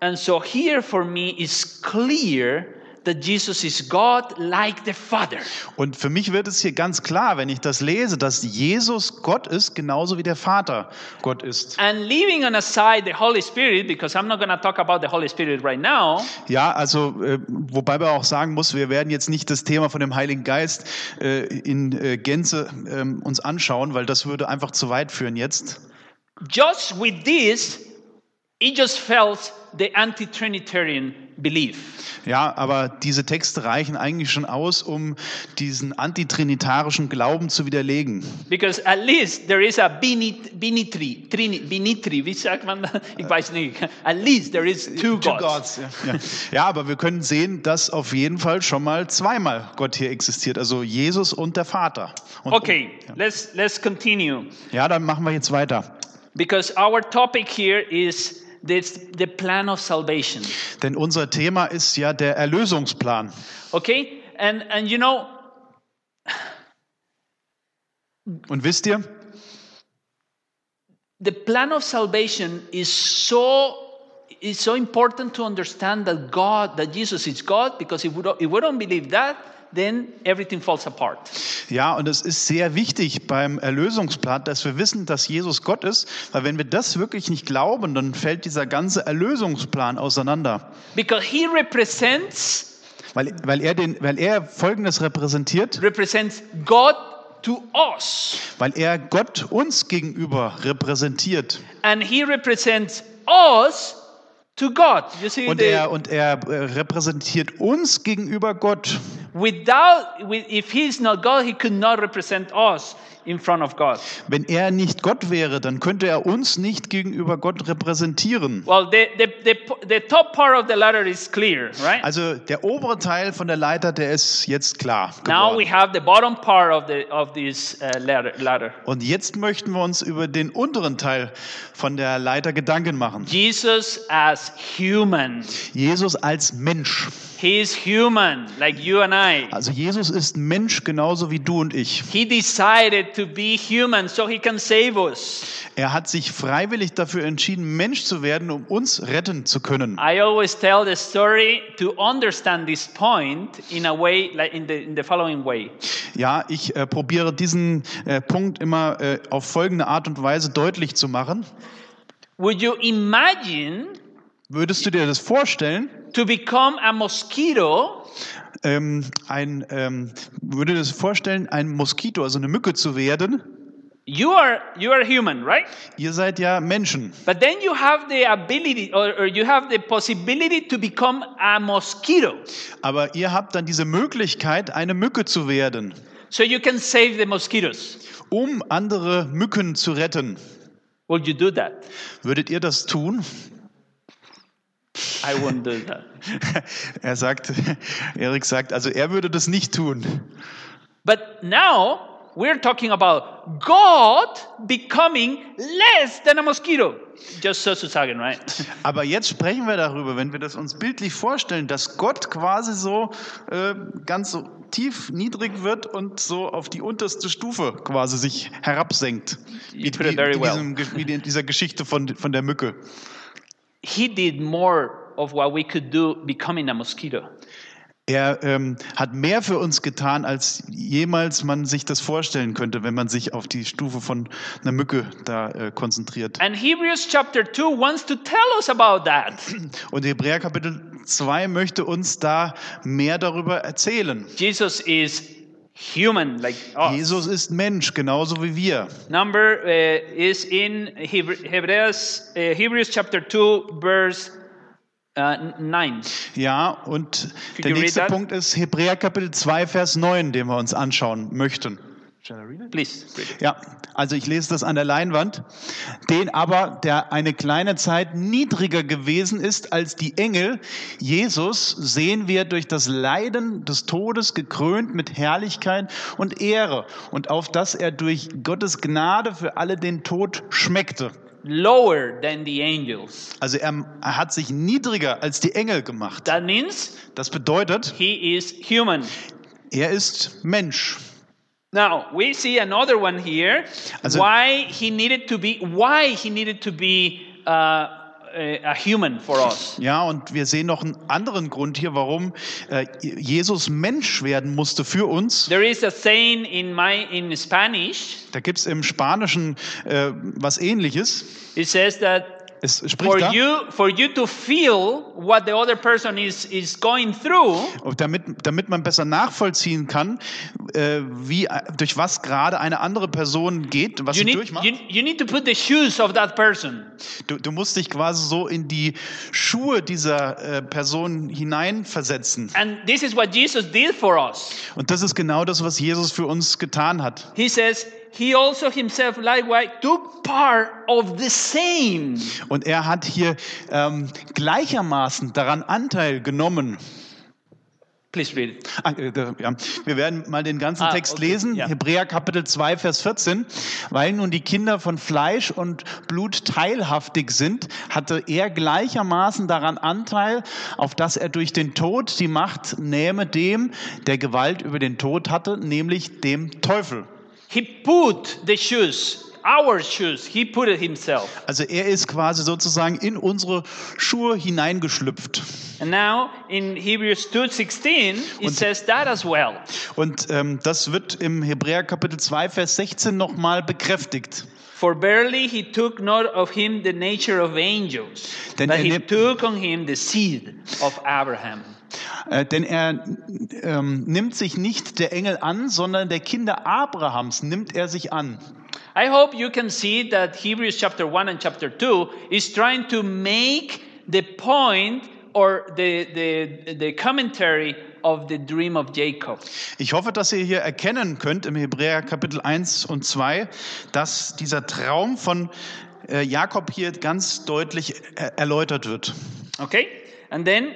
S1: and so here for me is clear that Jesus is God like the Father.
S2: Und für mich wird es hier ganz klar, wenn ich das lese, dass Jesus Gott ist, genauso wie der Vater Gott ist.
S1: And leaving on aside the Holy Spirit, because I'm not going to talk about the Holy Spirit right now.
S2: Ja, also äh, wobei man auch sagen muss, wir werden jetzt nicht das Thema von dem Heiligen Geist äh, in äh, Gänze ähm, uns anschauen, weil das würde einfach zu weit führen jetzt.
S1: just with this, he just felt the anti Trinitarian belief.
S2: Ja, aber diese Texte reichen eigentlich schon aus, um diesen antitrinitarischen Glauben zu widerlegen.
S1: Because at least there is a binit, binitri, trini, binitri, wie sagt man <laughs> das? Ich weiß nicht. At least there is two
S2: Two
S1: gods.
S2: ja. Ja. ja, aber wir können sehen, dass auf jeden Fall schon mal zweimal Gott hier existiert, also Jesus und der Vater. Und,
S1: Okay, let's, let's continue.
S2: Ja, dann machen wir jetzt weiter.
S1: Because our topic here is this, the plan of salvation.
S2: Denn unser Thema ist ja der Erlösungsplan.
S1: Okay? And, and you know,
S2: Und wisst ihr,
S1: the plan of salvation is so is so important to understand that God, that Jesus is God, because if we don't, if we don't believe that, then everything falls apart.
S2: ja, und es ist sehr wichtig beim Erlösungsplan, dass wir wissen, dass Jesus Gott ist, weil wenn wir das wirklich nicht glauben, dann fällt dieser ganze Erlösungsplan auseinander.
S1: Because he represents
S2: Weil, weil, er, den, weil er Folgendes repräsentiert,
S1: represents God to us,
S2: weil er Gott uns gegenüber repräsentiert.
S1: and he represents us to God. You see,
S2: Und
S1: the-
S2: er, und er äh, repräsentiert uns gegenüber Gott.
S1: without, with, if he is not God, he could not represent us in front of God.
S2: Wenn er nicht Gott wäre, dann könnte er uns nicht gegenüber Gott repräsentieren.
S1: Well, the, the, the, the top part of the ladder is clear, right?
S2: Also der obere Teil von der Leiter, der ist jetzt klar
S1: now we
S2: geworden.
S1: have the bottom part of, the, of this uh, ladder, ladder.
S2: Und jetzt möchten wir uns über den unteren Teil von der Leiter Gedanken machen.
S1: Jesus as human.
S2: Jesus als Mensch.
S1: He is human, like you and I.
S2: Also Jesus ist Mensch genauso wie du und ich.
S1: He decided to be human so he can save us.
S2: Er hat sich freiwillig dafür entschieden, Mensch zu werden, um uns retten zu können.
S1: I always tell the story to understand this point in a way, like in the, in the following way.
S2: Ja, ich äh, probiere diesen äh, Punkt immer äh, auf folgende Art und Weise deutlich zu machen.
S1: Would you imagine
S2: Würdest du dir das vorstellen?
S1: to become a mosquito
S2: Ähm, ein, ähm, würde dir das vorstellen, ein Moskito, also eine Mücke zu werden?
S1: You are you are human, right?
S2: Ihr seid ja Menschen.
S1: But then you have the ability or, or you have the possibility to become a mosquito.
S2: Aber ihr habt dann diese Möglichkeit, eine Mücke zu werden,
S1: So you can save the mosquitoes.
S2: um andere Mücken zu retten.
S1: Would you do that?
S2: Würdet ihr das tun? <laughs>
S1: I won't do that.
S2: Er sagt, <laughs> Erik sagt, also er würde das nicht tun.
S1: But now we're talking about God becoming less than a mosquito. Just so Susagen, right? <laughs>
S2: Aber jetzt sprechen wir darüber, wenn wir das uns bildlich vorstellen, dass Gott quasi so äh, ganz so tief niedrig wird und so auf die unterste Stufe quasi sich herabsenkt.
S1: You
S2: Wie,
S1: put it
S2: wie,
S1: very
S2: wie
S1: well.
S2: diesem Ge- wie in dieser Geschichte von, von der Mücke.
S1: He did more of what we could do becoming a mosquito.
S2: Er ähm, hat mehr für uns getan, als jemals man sich das vorstellen könnte, wenn man sich auf die Stufe von einer Mücke da äh, konzentriert.
S1: And Hebrews chapter 2 wants to tell us about that. <clears throat>
S2: Und Hebräer Kapitel 2 möchte uns da mehr darüber erzählen.
S1: Jesus is human, like us.
S2: Jesus ist Mensch, genauso wie wir.
S1: Number uh, is in Hebr- Hebrews, uh, Hebrews chapter 2, verse uh, 9.
S2: Ja, und
S1: Could
S2: der
S1: you read
S2: nächste
S1: that?
S2: Punkt ist Hebräer Kapitel 2, Vers 9, den wir uns anschauen möchten.
S1: Please. read it.
S2: Ja, also ich lese das an der Leinwand. Den aber, der eine kleine Zeit niedriger gewesen ist als die Engel, Jesus sehen wir durch das Leiden des Todes gekrönt mit Herrlichkeit und Ehre und auf dass er durch Gottes Gnade für alle den Tod schmeckte.
S1: Lower than the angels.
S2: Also er, er hat sich niedriger als die Engel gemacht.
S1: That means
S2: Das bedeutet,
S1: he is human.
S2: er ist Mensch.
S1: Now we see another one here.
S2: Also-
S1: why he needed to be? Why he needed to be uh, a, a human for us?
S2: Ja, und wir sehen noch einen anderen Grund hier, warum äh, Jesus Mensch werden musste für uns.
S1: There is a saying in my in Spanish.
S2: Da gibt's im Spanischen äh, was ähnliches.
S1: It says that
S2: Es
S1: for
S2: spricht da,
S1: you for you to feel what the other person is is going through
S2: und oh, damit, damit man besser nachvollziehen kann, äh, wie, äh, durch was gerade eine andere Person geht, was
S1: you
S2: sie
S1: need
S2: durchmacht.
S1: you, you need to put the shoes of that person
S2: du, du musst dich quasi so in die Schuhe dieser äh, Person hineinversetzen.
S1: and this is what jesus did for us
S2: Und das ist genau das, was Jesus für uns getan hat.
S1: he says he also himself likewise took part of the same
S2: Und er hat hier ähm, gleichermaßen daran Anteil genommen.
S1: please read it
S2: Ah, äh, da- ja. Wir werden mal den ganzen
S1: Ah,
S2: Text
S1: okay,
S2: lesen.
S1: ja.
S2: Hebräer Kapitel 2, Vers 14. Weil nun die Kinder von Fleisch und Blut teilhaftig sind, hatte er gleichermaßen daran Anteil, auf dass er durch den Tod die Macht nähme dem, der Gewalt über den Tod hatte, nämlich dem Teufel.
S1: he put the shoes our shoes he put it himself
S2: Also er ist quasi sozusagen in unsere Schuhe hineingeschlüpft.
S1: and now in hebrews 2.16 it
S2: Und-
S1: says that as well
S2: Und ähm, das wird im Hebräer Kapitel 2, Vers 16 nochmal bekräftigt.
S1: For verily he took not of him the nature of angels,
S2: Denn
S1: but
S2: er
S1: he
S2: nimmt-
S1: took on him the seed of Abraham.
S2: Äh, denn er ähm, nimmt sich nicht der Engel an, sondern der Kinder Abrahams nimmt er sich an.
S1: I hope you can see that Hebrews chapter 1 and chapter 2 is trying to make the point or the, the, the commentary of the dream of Jacob.
S2: Ich hoffe, dass ihr hier erkennen könnt im Hebräer Kapitel 1 und 2, dass dieser Traum von äh, Jakob hier ganz deutlich äh, erläutert wird.
S1: Okay? And then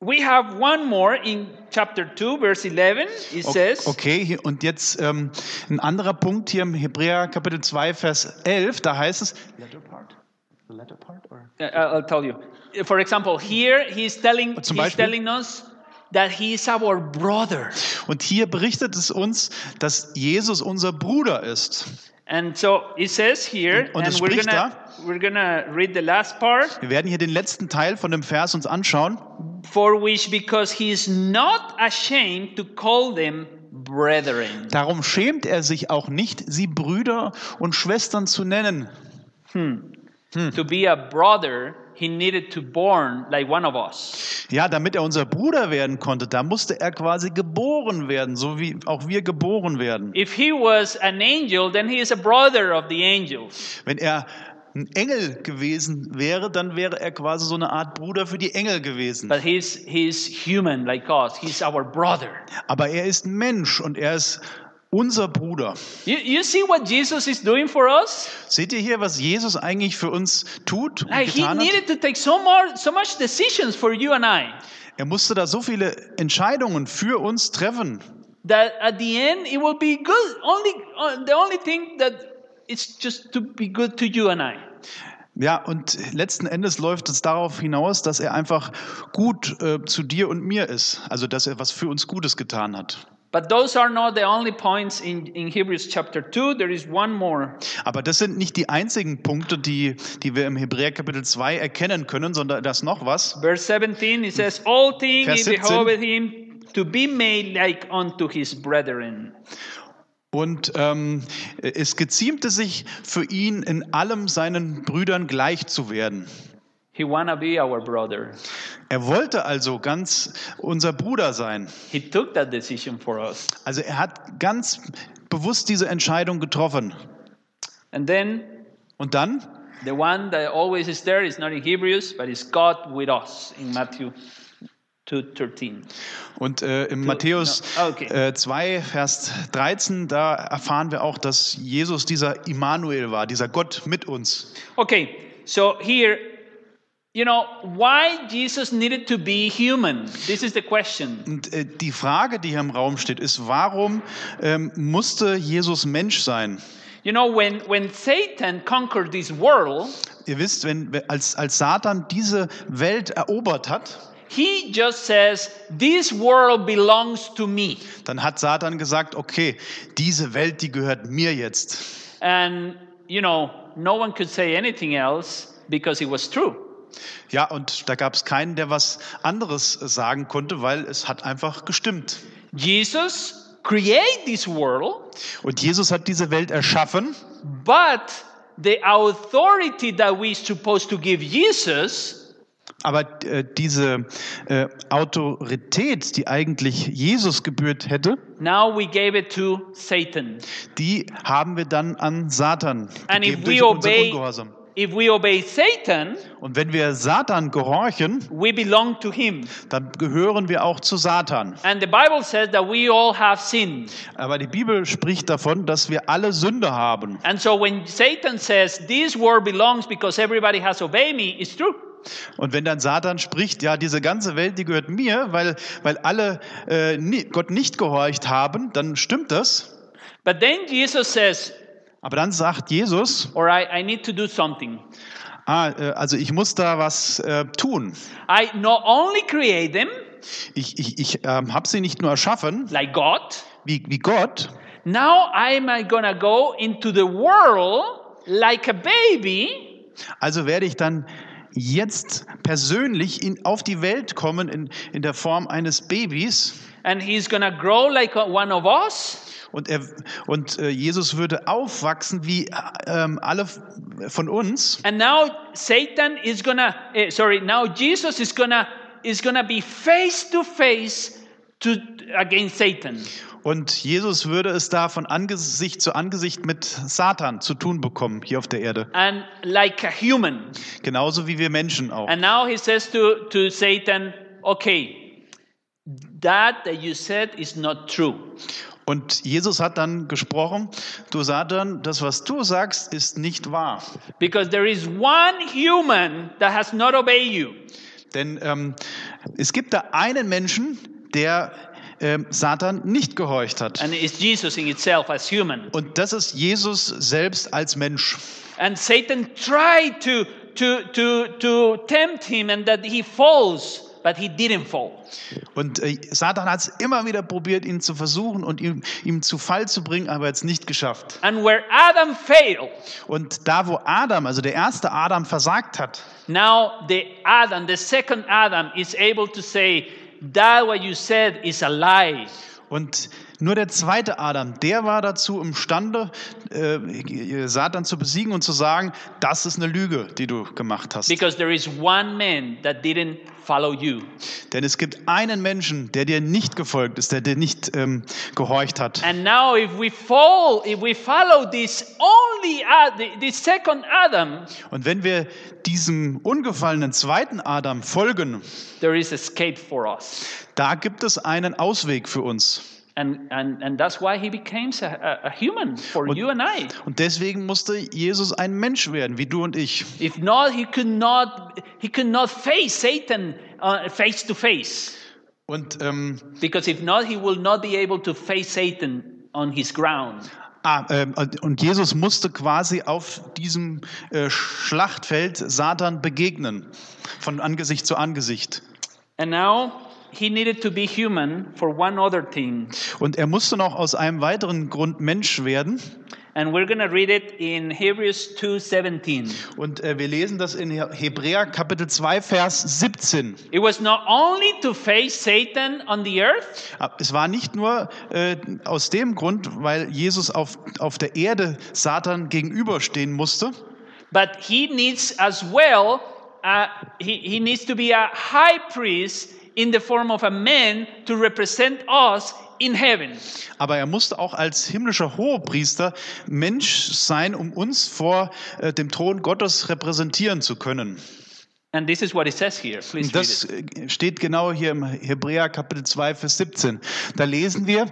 S1: we have one more in chapter 2, verse 11. It says,
S2: Okay, hier- und jetzt ähm, ein anderer Punkt hier im Hebräer Kapitel 2, Vers 11, da heißt es,
S1: Uh, I'll I'll tell you. For example, here he's telling,
S2: Zum
S1: he's
S2: Beispiel?
S1: telling us that he is our brother.
S2: und hier berichtet es uns, dass Jesus unser Bruder ist.
S1: And so it says here,
S2: Und- und
S1: and
S2: es
S1: we're
S2: spricht
S1: gonna, we're gonna read the last part.
S2: Wir werden hier den letzten Teil von dem Vers uns anschauen.
S1: For which, because he is not ashamed to call them brethren.
S2: Darum schämt er sich auch nicht, sie Brüder und Schwestern zu nennen.
S1: To be a brother, he needed to born like one of us.
S2: Ja, damit er unser Bruder werden konnte, da musste er quasi geboren werden, so wie auch wir geboren werden.
S1: If he was an angel, then he is a brother of the angels.
S2: Wenn er ein Engel gewesen wäre, dann wäre er quasi so eine Art Bruder für die Engel gewesen.
S1: But he's he's human like us. He's our brother.
S2: Aber er ist ein Mensch und er ist unser Bruder.
S1: You, you see what Jesus is doing for us?
S2: Seht ihr hier, was Jesus eigentlich für uns tut und
S1: Like he
S2: getan hat?
S1: needed to take so more so much decisions for you and I
S2: Er musste da so viele Entscheidungen für uns treffen.
S1: that at the end it will be good. Only uh, the only thing that it's just to be good to you and I.
S2: Ja, und letzten Endes läuft es darauf hinaus, dass er einfach gut äh, zu dir und mir ist. Also, dass er was für uns Gutes getan hat.
S1: But those are not the only points in, in Hebrews chapter 2. There is one more.
S2: Aber das sind nicht die einzigen Punkte, die, die wir im Hebräer Kapitel 2 erkennen können, sondern das noch was.
S1: Verse 17, it says, All
S2: Vers
S1: things he
S2: 17.
S1: behoved him to be made like unto his brethren.
S2: Und ähm, es geziemte sich für ihn, in allem seinen Brüdern gleich zu werden.
S1: He wanna be our brother.
S2: Er wollte also ganz unser Bruder sein.
S1: He took that decision for us.
S2: Also er hat ganz bewusst diese Entscheidung getroffen.
S1: And then
S2: Und dann
S1: the one that always is there is not in Hebrews, but it's God with us in Matthew 2:13.
S2: Und äh, im Matthäus
S1: ja, ah, okay.
S2: äh, 2, Vers 13, da erfahren wir auch, dass Jesus dieser Immanuel war, dieser Gott mit uns.
S1: Okay, so here, you know, why Jesus needed to be human? This is the question.
S2: Und äh, die Frage, die hier im Raum steht, ist, warum ähm, musste Jesus Mensch sein?
S1: You know, when, when Satan conquered this world,
S2: Ihr wisst, wenn, als, als Satan diese Welt erobert hat,
S1: he just says, This world belongs to me.
S2: dann hat Satan gesagt, okay, diese Welt, die gehört mir jetzt.
S1: And, you know, no one could say anything else because it was true.
S2: Ja, und da gab es keinen, der was anderes sagen konnte, weil es hat einfach gestimmt.
S1: Jesus created this world,
S2: Und Jesus hat diese Welt erschaffen
S1: but the authority that we're supposed to give Jesus
S2: Aber äh, diese äh, Autorität, die eigentlich Jesus gebührt hätte,
S1: now we gave it to Satan.
S2: die haben wir dann an Satan
S1: And if
S2: gegeben
S1: we
S2: durch unseren
S1: obey,
S2: Ungehorsam.
S1: if we obey Satan,
S2: Und wenn wir Satan gehorchen,
S1: we belong to him.
S2: dann gehören wir auch zu Satan.
S1: And the Bible says that we all have sinned.
S2: Aber die Bibel spricht davon, dass wir alle Sünde haben.
S1: And so when Satan says this world belongs because everybody has obeyed me, it's true.
S2: Und wenn dann Satan spricht, ja, diese ganze Welt, die gehört mir, weil, weil alle äh, ni- Gott nicht gehorcht haben, dann stimmt das.
S1: But then Jesus says,
S2: Aber dann sagt Jesus,
S1: or I, I need to do something.
S2: ah, äh, also ich muss da was äh, tun.
S1: I not only create them
S2: Ich, ich, ich ähm, habe sie nicht nur erschaffen,
S1: like God,
S2: wie, wie Gott,
S1: now I'm uh, gonna go into the world like a baby
S2: also werde ich dann jetzt persönlich in, auf die Welt kommen in, in der Form eines Babys
S1: and he's gonna grow like uh, one of us
S2: und, er, und äh, Jesus würde aufwachsen wie äh, ähm, alle f- von uns
S1: and now Satan is gonna eh, sorry now Jesus is gonna is gonna be face to face to against Satan
S2: Und Jesus würde es da von Angesicht zu Angesicht mit Satan zu tun bekommen, hier auf der Erde.
S1: and like a human.
S2: Genauso wie wir Menschen auch.
S1: And now he says to, to Satan, okay, that that you said is not true.
S2: Und Jesus hat dann gesprochen, du Satan, das, was du sagst, ist nicht wahr.
S1: Because there is one human that has not obeyed you.
S2: Denn ähm, es gibt da einen Menschen, der ähm, Satan nicht gehorcht hat.
S1: And it's Jesus in itself as human.
S2: Und das ist Jesus selbst als Mensch.
S1: And Satan tried to, to, to, to tempt him and that he falls, but he didn't fall.
S2: Und äh, Satan hat es immer wieder probiert, ihn zu versuchen und ihm, ihm zu Fall zu bringen, aber jetzt nicht geschafft.
S1: And where Adam failed,
S2: Und da, wo Adam, also der erste Adam, versagt hat,
S1: now the Adam, the second Adam, is able to say, that what you said is a lie.
S2: und nur der zweite Adam, der war dazu imstande, äh, Satan zu besiegen und zu sagen, das ist eine Lüge, die du gemacht hast.
S1: Because there is one man that didn't follow you.
S2: Denn es gibt einen Menschen, der dir nicht gefolgt ist, der dir nicht ähm, gehorcht hat.
S1: And now, if we fall, if we follow this only Ad- this second Adam,
S2: Und wenn wir diesem ungefallenen zweiten Adam folgen,
S1: there is escape for us.
S2: da gibt es einen Ausweg für uns.
S1: And and and that's why he became a, a, a human for you and I.
S2: Und deswegen musste Jesus ein Mensch werden, wie du und ich.
S1: If not, he could not he could not face Satan uh, face to face.
S2: Und ähm,
S1: Because if not, he will not be able to face Satan on his ground.
S2: ah, ähm, und Jesus musste quasi auf diesem äh, Schlachtfeld Satan begegnen, von Angesicht zu Angesicht.
S1: And now he needed to be human for one other thing.
S2: Und er musste noch aus einem weiteren Grund Mensch werden.
S1: And we're going to read it in Hebrews 2:17.
S2: Und äh, wir lesen das in He- Hebräer Kapitel 2, Vers 17.
S1: It was not only to face Satan on the earth,
S2: Ah, Es war nicht nur äh, aus dem Grund, weil Jesus auf, auf der Erde Satan gegenüberstehen musste,
S1: but he needs as well uh, he, he needs to be a high priest in the form of a man to represent us in heaven.
S2: aber er musste auch als himmlischer Hohepriester Mensch sein, um uns vor äh, dem Thron Gottes repräsentieren zu können.
S1: And this is what it says here. Please
S2: Und
S1: read
S2: das
S1: it.
S2: äh, steht genau hier im Hebräer Kapitel 2, Vers 17. Da lesen wir,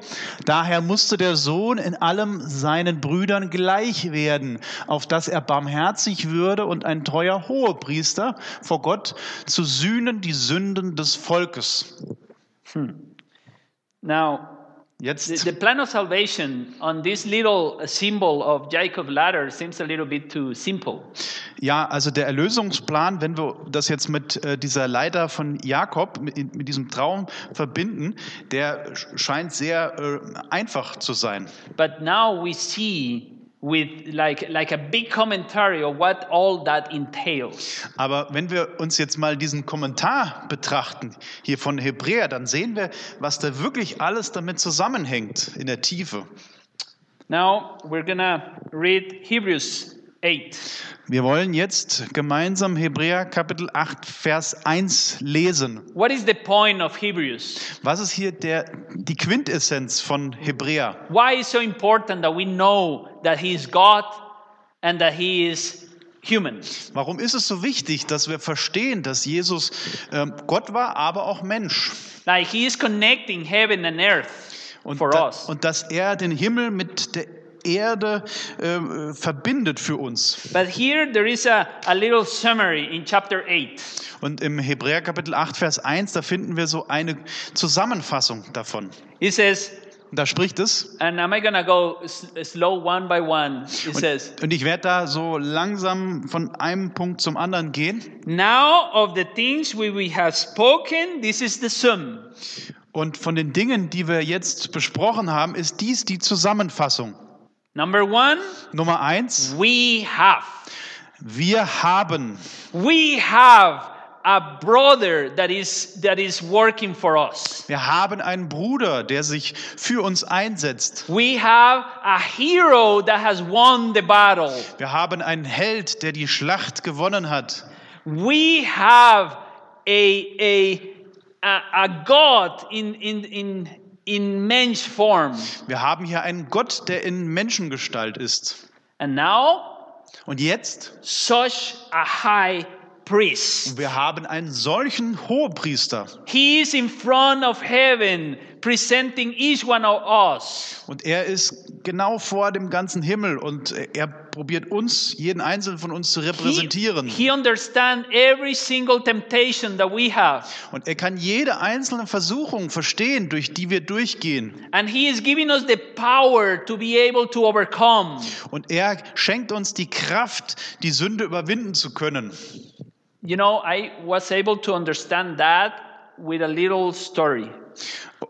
S2: daher musste der Sohn in allem seinen Brüdern gleich werden, auf dass er barmherzig würde und ein treuer Hohepriester vor Gott zu sühnen die Sünden des Volkes.
S1: Now, the,
S2: Jetzt,
S1: the plan of salvation on this little symbol of Jacob ladder seems a little bit too simple.
S2: ja, also der Erlösungsplan, wenn wir das jetzt mit äh, dieser Leiter von Jakob, mit, mit diesem Traum verbinden, der sch- scheint sehr äh, einfach zu sein.
S1: But now we see with like like a big commentary of what all that entails.
S2: Aber wenn wir uns jetzt mal diesen Kommentar betrachten, hier von Hebräer, dann sehen wir, was da wirklich alles damit zusammenhängt in der Tiefe.
S1: Now we're gonna read Hebrews 8.
S2: Wir wollen jetzt gemeinsam Hebräer Kapitel 8, Vers 1 lesen.
S1: What is the point of Hebrews?
S2: Was ist hier der, die Quintessenz von Hebräer?
S1: Why is so important that we know that he is God and that he is human?
S2: Warum ist es so wichtig, dass wir verstehen, dass Jesus ähm, Gott war, aber auch Mensch?
S1: Like he is connecting heaven and earth
S2: Und,
S1: for
S2: da,
S1: us.
S2: und dass er den Himmel mit der Erde ähm, äh, verbindet für uns.
S1: But here there is a, a little summary in chapter 8.
S2: Und im Hebräer Kapitel 8, Vers 1, da finden wir so eine Zusammenfassung davon.
S1: It says,
S2: Und da spricht es,
S1: and am I gonna go s- slow one by one? It says,
S2: und, und ich werde da so langsam von einem Punkt zum anderen gehen.
S1: Now of the things we, we have spoken, this is the sum.
S2: Und von den Dingen, die wir jetzt besprochen haben, ist dies die Zusammenfassung.
S1: Number one,
S2: Nummer eins:
S1: we have.
S2: wir haben.
S1: We have a brother that is that is working for us.
S2: Wir haben einen Bruder, der sich für uns einsetzt.
S1: We have a hero that has won the battle.
S2: Wir haben einen Held, der die Schlacht gewonnen hat.
S1: We have a a a, a God in in in in men's form.
S2: Wir haben hier einen Gott, der in Menschengestalt ist.
S1: And now,
S2: Und jetzt,
S1: such a high priest.
S2: wir haben einen solchen Hohepriester.
S1: He is in front of heaven, presenting each one of us.
S2: Und er ist genau vor dem ganzen Himmel und er probiert uns, jeden einzelnen von uns zu
S1: He,
S2: repräsentieren.
S1: he understands every single temptation that we have.
S2: Und er kann jede einzelne Versuchung verstehen, durch die wir durchgehen.
S1: And he is giving us the power to be able to overcome.
S2: Und er schenkt uns die Kraft, die Sünde überwinden zu können.
S1: You know, I was able to understand that with a little story.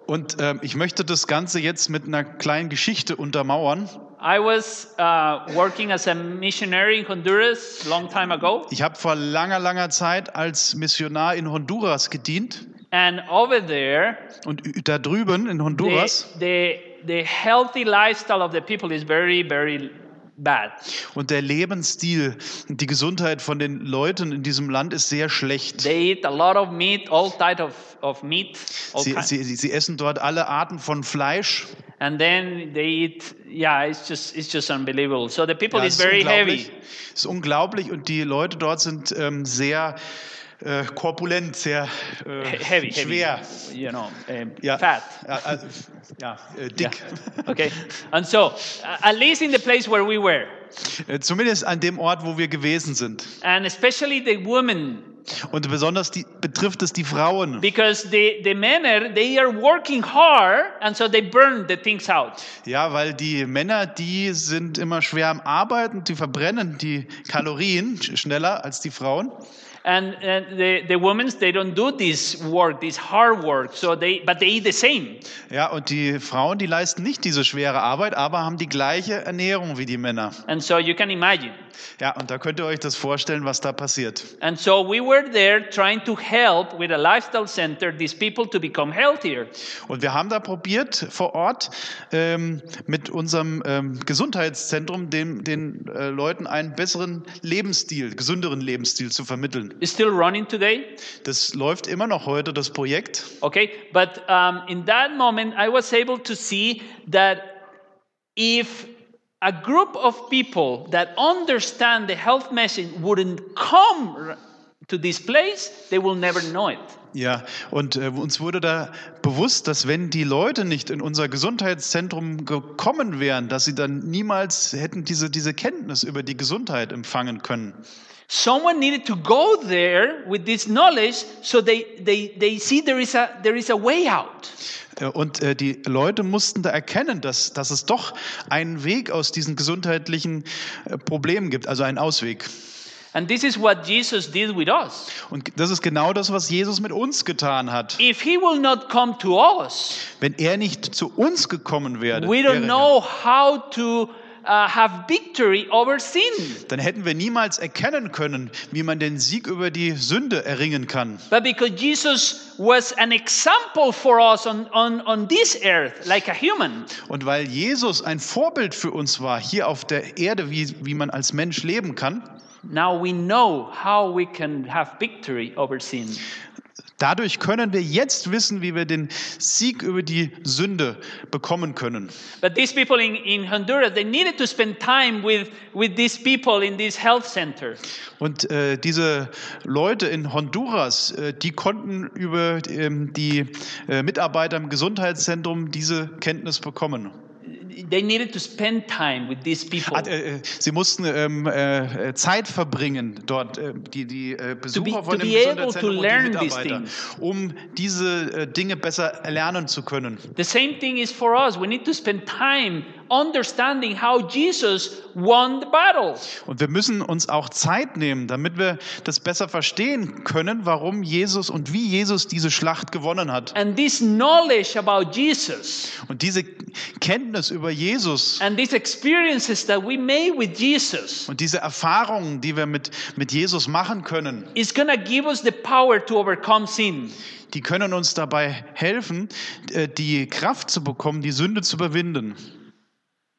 S2: Und ähm, ich möchte das Ganze jetzt mit einer kleinen Geschichte untermauern.
S1: I was uh, working as a missionary in Honduras long time ago,
S2: Ich habe vor langer, langer Zeit als Missionar in Honduras gedient.
S1: and over there,
S2: Und ü- da drüben in
S1: the,
S2: Honduras.
S1: the the healthy lifestyle of the people is very very bad.
S2: Und der Lebensstil, die Gesundheit von den Leuten in diesem Land ist sehr schlecht.
S1: They eat a lot of meat, all type of, of meat, all
S2: Sie,
S1: kind.
S2: sie, sie sie essen dort alle Arten von Fleisch.
S1: and then they eat. Yeah, it's just it's just unbelievable. So the people
S2: Ja,
S1: is
S2: es
S1: very
S2: unglaublich.
S1: heavy.
S2: Es ist unglaublich und die Leute dort sind ähm, sehr äh, korpulent, sehr äh,
S1: he- Heavy, heavy,
S2: schwer.
S1: you know, um,
S2: Ja,
S1: fat.
S2: Ja, also, ja äh, dick.
S1: Okay, and so uh, at least in the place where we were,
S2: Äh, Zumindest an dem Ort, wo wir gewesen sind.
S1: and especially the women
S2: Und besonders die, betrifft es die Frauen.
S1: Because the, the men are, they are working hard and so they burn the things out.
S2: Ja, weil die Männer, die sind immer schwer am Arbeiten, die verbrennen die Kalorien sch- schneller als die Frauen.
S1: And, and the, the women, they don't do this work, this hard work, so they, but they eat the same.
S2: Ja, und die Frauen, die leisten nicht diese schwere Arbeit, aber haben die gleiche Ernährung wie die Männer.
S1: And so you can imagine.
S2: Ja, und da könnt ihr euch das vorstellen, was da passiert.
S1: And so we were there trying to help with a lifestyle center these people to become healthier.
S2: Und wir haben da probiert, vor Ort ähm, mit unserem ähm, Gesundheitszentrum dem, den äh, Leuten einen besseren Lebensstil, gesünderen Lebensstil zu vermitteln.
S1: It's still running today,
S2: Das läuft immer noch heute, das Projekt.
S1: okay? But um, in that moment, I was able to see that if a group of people that understand the health message wouldn't come r- to this place, they will never know it.
S2: Ja, und äh, uns wurde da bewusst, dass wenn die Leute nicht in unser Gesundheitszentrum gekommen wären, dass sie dann niemals hätten diese, diese Kenntnis über die Gesundheit empfangen können.
S1: Someone needed to go there with this knowledge so they, they, they see there is, a, there is a way out.
S2: Äh, Und äh, die Leute mussten da erkennen, dass, dass es doch einen Weg aus diesen gesundheitlichen äh, Problemen gibt, also einen Ausweg.
S1: And this is what Jesus did with us.
S2: Und das ist genau das, was Jesus mit uns getan hat.
S1: If he will not come to us,
S2: Wenn er nicht zu uns gekommen wäre,
S1: we
S2: wäre
S1: don't know how to uh, have victory over sin.
S2: dann hätten wir niemals erkennen können, wie man den Sieg über die Sünde erringen kann.
S1: But because Jesus was an example for us on, on, on this earth, like a human,
S2: Und weil Jesus ein Vorbild für uns war, hier auf der Erde, wie, wie man als Mensch leben kann,
S1: now we know how we can have victory over sin.
S2: dadurch können wir jetzt wissen, wie wir den Sieg über die Sünde bekommen können.
S1: But these people in, in Honduras, they needed to spend time with, with these people in this health center.
S2: Und äh, diese Leute in Honduras, äh, die konnten über ähm, die äh, Mitarbeiter im Gesundheitszentrum diese Kenntnis bekommen.
S1: They needed to spend time with these people
S2: Ah, äh, äh, sie mussten ähm, äh, äh, Zeit verbringen dort, äh, die, die äh, Besucher
S1: be- to
S2: von dem
S1: be able to
S2: Gesundheitszentrum und die
S1: learn these
S2: Mitarbeiter, um diese äh, Dinge besser erlernen zu können.
S1: The same thing is for us. We need to spend time understanding how Jesus won the battle.
S2: Und wir müssen uns auch Zeit nehmen, damit wir das besser verstehen können, warum Jesus und wie Jesus diese Schlacht gewonnen hat.
S1: And this knowledge about Jesus
S2: Und diese Kenntnis über Jesus
S1: and these experiences that we made with Jesus
S2: und diese Erfahrungen, die wir mit, mit Jesus machen können,
S1: is going to give us the power to overcome sin.
S2: die können uns dabei helfen, äh, die Kraft zu bekommen, die Sünde zu überwinden.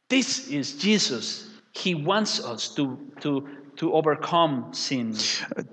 S1: This is Jesus. He wants us to, to, to overcome sin.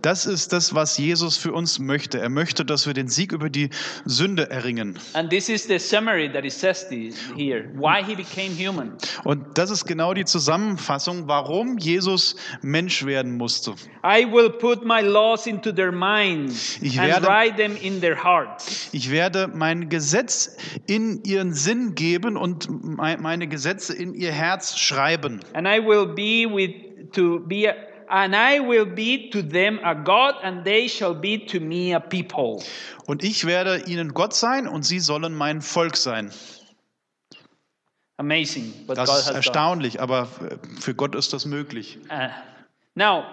S2: Das ist das, was Jesus für uns möchte. Er möchte, dass wir den Sieg über die Sünde erringen.
S1: And this is the summary that it says the- here why he became human.
S2: Und das ist genau die Zusammenfassung, warum Jesus Mensch werden musste.
S1: I will put my laws into their minds
S2: Ich
S1: and
S2: werde-
S1: write them in their hearts.
S2: Ich werde mein Gesetz in ihren Sinn geben und mei- meine Gesetze in ihr Herz schreiben.
S1: And I will be with to be a, and I will be to them a God and they shall be to me a people.
S2: Und ich werde ihnen Gott sein und sie sollen mein Volk sein.
S1: Amazing. But
S2: Das
S1: God
S2: ist
S1: has done.
S2: erstaunlich, aber für Gott ist das möglich.
S1: Uh, now,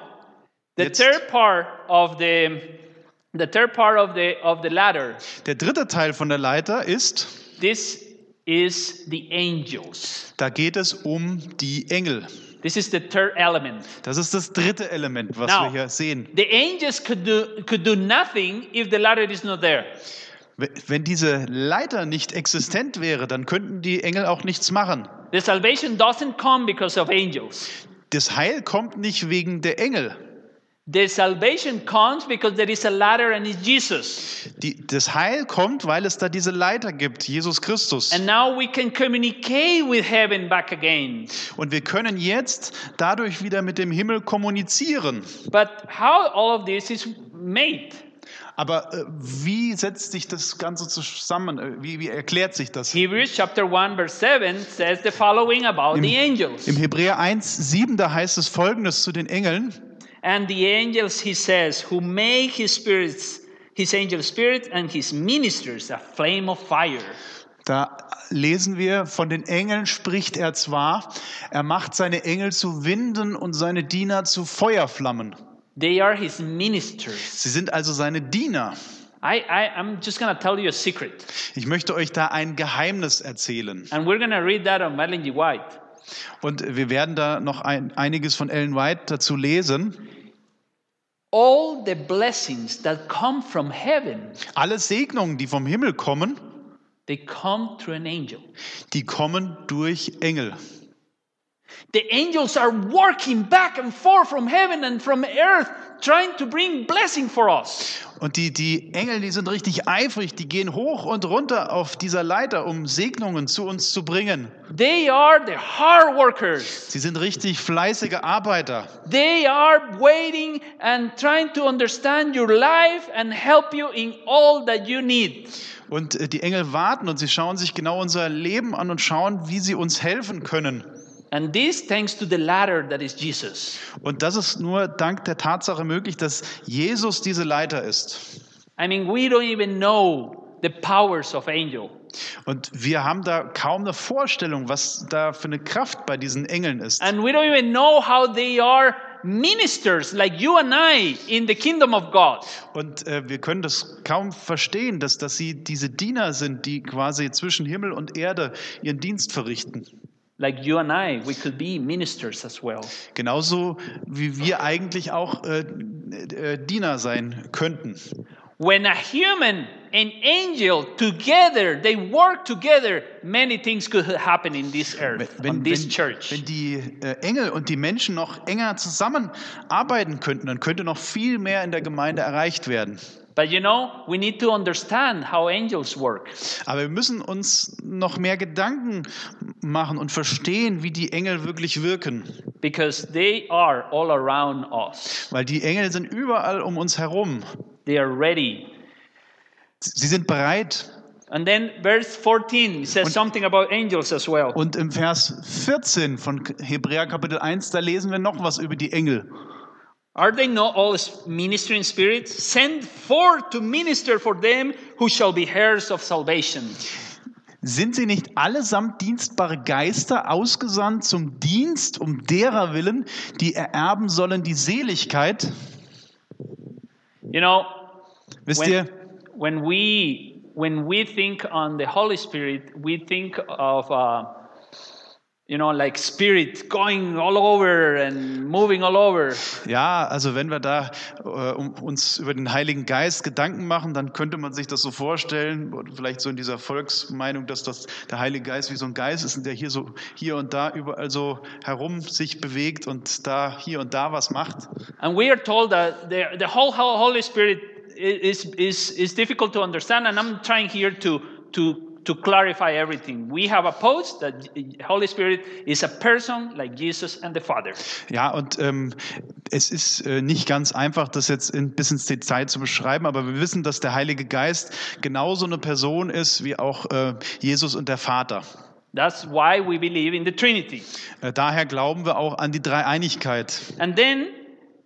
S1: the
S2: Jetzt-
S1: third part of the the third part of the of the ladder.
S2: Der dritte Teil von der Leiter ist,
S1: This is the angels.
S2: da geht es um die Engel.
S1: This is the third element.
S2: Das ist das dritte Element, was
S1: Now.
S2: wir hier sehen.
S1: The angels could do could do nothing if the ladder is not there.
S2: We- Wenn diese Leiter nicht existent wäre, dann könnten die Engel auch nichts machen.
S1: The salvation doesn't come because of angels.
S2: Das Heil kommt nicht wegen der Engel.
S1: The salvation comes because there is a ladder and it's Jesus.
S2: Die, das Heil kommt, weil es da diese Leiter gibt, Jesus Christus.
S1: And now we can communicate with heaven back again.
S2: Und wir können jetzt dadurch wieder mit dem Himmel kommunizieren.
S1: But how all of this is made?
S2: Aber äh, wie setzt sich das Ganze zusammen? Äh, Wie, wie erklärt sich das?
S1: Hebrews chapter 1 verse 7 says the following about the angels.
S2: Im Hebräer 1, 7, da heißt es folgendes zu den Engeln.
S1: And the angels, he says, who make his spirits, his angel spirit and his ministers a flame of fire.
S2: Da lesen wir, von den Engeln spricht er zwar, er macht seine Engel zu Winden und seine Diener zu Feuerflammen.
S1: They are his ministers.
S2: Sie sind also seine Diener.
S1: I, I, I'm just going to tell you a secret.
S2: Ich möchte euch da ein Geheimnis erzählen.
S1: And we're going to read that on Madeline G. White.
S2: Und wir werden da noch ein, einiges von Ellen White dazu lesen.
S1: All the blessings that come from heaven,
S2: Alle Segnungen, die vom Himmel kommen,
S1: they come through an angel.
S2: die kommen durch Engel.
S1: The angels are working back and forth from heaven and from earth, trying to bring blessing for us.
S2: Und die, die Engel, die sind richtig eifrig, die gehen hoch und runter auf dieser Leiter, um Segnungen zu uns zu bringen.
S1: They are the hard workers.
S2: Sie sind richtig fleißige Arbeiter.
S1: They are waiting and trying to understand your life and help you in all that you need.
S2: Und äh, die Engel warten und sie schauen sich genau unser Leben an und schauen, wie sie uns helfen können.
S1: And this thanks to the ladder that is Jesus.
S2: Und das ist nur dank der Tatsache möglich, dass Jesus diese Leiter ist.
S1: I mean, we don't even know the powers of angel.
S2: Und wir haben da kaum eine Vorstellung, was da für eine Kraft bei diesen Engeln ist.
S1: And we don't even know how they are ministers like you and I in the kingdom of God.
S2: Und äh, wir können das kaum verstehen, dass, dass sie diese Diener sind, die quasi zwischen Himmel und Erde ihren Dienst verrichten.
S1: Like you and I, we could be ministers as well.
S2: Genauso wie wir eigentlich auch äh, äh, Diener sein könnten.
S1: When a human and angel together, they work together, many things could happen in this
S2: Wenn,
S1: earth, on
S2: wenn,
S1: this
S2: wenn,
S1: church.
S2: wenn die äh, Engel und die Menschen noch enger zusammenarbeiten könnten, dann könnte noch viel mehr in der Gemeinde erreicht werden.
S1: But you know, we need to understand how angels work.
S2: Aber wir müssen uns noch mehr Gedanken machen und verstehen, wie die Engel wirklich wirken.
S1: Because they are all around us.
S2: Weil die Engel sind überall um uns herum.
S1: They are ready.
S2: Sie sind bereit.
S1: And then verse 14 says something about angels as well.
S2: Und im Vers 14 von Hebräer Kapitel 1, da lesen wir noch was über die Engel.
S1: Are they not all s- ministering spirits? Send forth to minister for them who shall be heirs of salvation.
S2: Sind sie nicht allesamt dienstbare Geister ausgesandt zum Dienst um derer willen, die ererben sollen die Seligkeit?
S1: You know,
S2: Wisst
S1: when,
S2: ihr,
S1: when we when we think on the Holy Spirit, we think of uh, you know, like spirit going all over and moving all over.
S2: Ja, also wenn wir da äh, um, uns über den Heiligen Geist Gedanken machen, dann könnte man sich das so vorstellen, oder vielleicht so in dieser Volksmeinung, dass das der Heilige Geist wie so ein Geist ist, der hier so hier und da überall so herum sich bewegt und da hier und da was macht.
S1: And we are told that the, the whole whole Holy Spirit i- is, is, is difficult to understand, and I'm trying here to, to, to clarify everything. We have opposed that Holy Spirit is a person like Jesus and the Father.
S2: Ja, und ähm, es ist äh, nicht ganz einfach, das jetzt in, bis ins Detail zu beschreiben, aber wir wissen, dass der Heilige Geist genauso eine Person ist wie auch äh, Jesus und der Vater.
S1: That's why we believe in the Trinity.
S2: Äh, daher glauben wir auch an die Dreieinigkeit.
S1: And then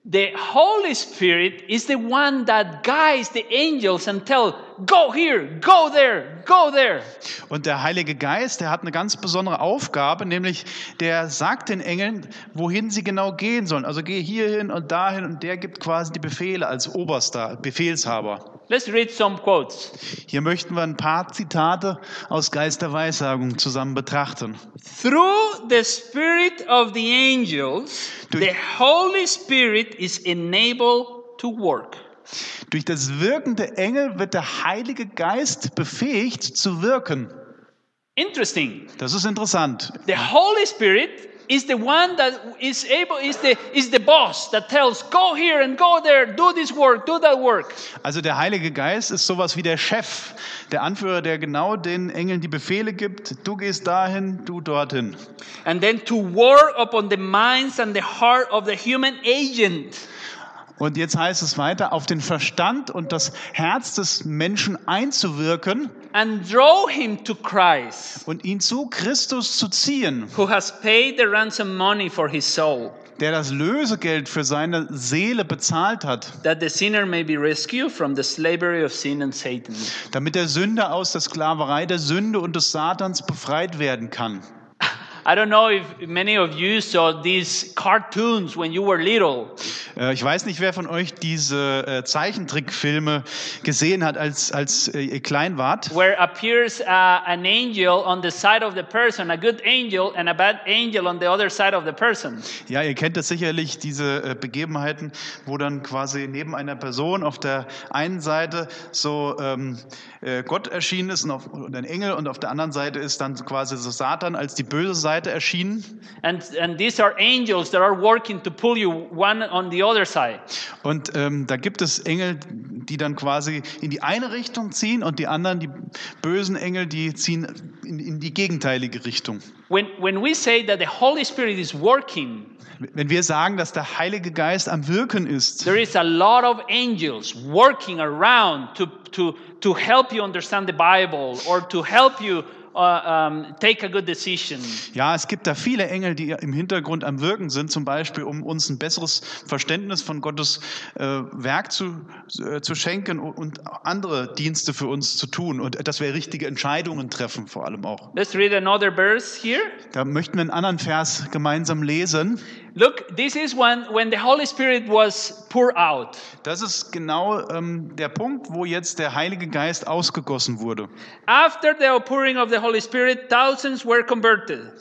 S1: the Holy Spirit is the one that guides the angels and tell, go here, go there, go there.
S2: Und der Heilige Geist, der hat eine ganz besondere Aufgabe, nämlich der sagt den Engeln, wohin sie genau gehen sollen. Also geh hierhin und dahin und der gibt quasi die Befehle als oberster Befehlshaber.
S1: Let's read some quotes.
S2: Hier möchten wir ein paar Zitate aus Geist der Weissagung zusammen betrachten.
S1: Through the spirit of the angels,
S2: Durch-
S1: the Holy Spirit is enabled to work.
S2: Durch das Wirken der Engel wird der Heilige Geist befähigt zu wirken.
S1: Interesting.
S2: Das ist interessant.
S1: The Holy Spirit is the one that is able is the is the boss that tells go here and go there, do this work, do that work.
S2: Also der Heilige Geist ist sowas wie der Chef, der Anführer, der genau den Engeln die Befehle gibt. Du gehst dahin, du dorthin.
S1: and then to war upon the minds and the heart of the human agent.
S2: Und jetzt heißt es weiter, auf den Verstand und das Herz des Menschen einzuwirken
S1: And draw him to Christ,
S2: und ihn zu Christus zu ziehen,
S1: who has paid the ransom money for his soul,
S2: der das Lösegeld für seine Seele bezahlt hat,
S1: that the sinner may be rescued from the slavery of sin and Satan.
S2: damit der Sünder aus der Sklaverei der Sünde und des Satans befreit werden kann.
S1: I don't know if many of you saw these cartoons when you were little.
S2: Äh, Ich weiß nicht, wer von euch diese äh, Zeichentrickfilme gesehen hat, als, als äh, ihr klein wart.
S1: where appears uh, an angel on the side of the person, a good angel and a bad angel on the other side of the person.
S2: Ja, ihr kennt das sicherlich, diese äh, Begebenheiten, wo dann quasi neben einer Person auf der einen Seite so ähm, äh, Gott erschienen ist und, auf, und ein Engel und auf der anderen Seite ist dann quasi so Satan als die böse Seite erschienen.
S1: And, and these are angels that are working to pull you one on the other side.
S2: Und ähm, da gibt es Engel, die dann quasi in die eine Richtung ziehen und die anderen, die bösen Engel, die ziehen in, in die gegenteilige Richtung.
S1: When, when we say that the Holy Spirit is working,
S2: Wenn wir sagen, dass der Heilige Geist am Wirken ist,
S1: there is a lot of angels working around to, to, to help you understand the Bible or to help you uh, um, take a good decision.
S2: Ja, es gibt da viele Engel, die im Hintergrund am Wirken sind, zum Beispiel, um uns ein besseres Verständnis von Gottes äh, Werk zu, äh, zu schenken und, und andere Dienste für uns zu tun und dass wir richtige Entscheidungen treffen, vor allem auch.
S1: Let's read another verse here.
S2: Da möchten wir einen anderen Vers gemeinsam lesen.
S1: Look, this is when, when the Holy Spirit was poured out.
S2: Das ist genau ähm, der Punkt, wo jetzt der Heilige Geist ausgegossen wurde.
S1: After the outpouring of the Holy Spirit, thousands were converted.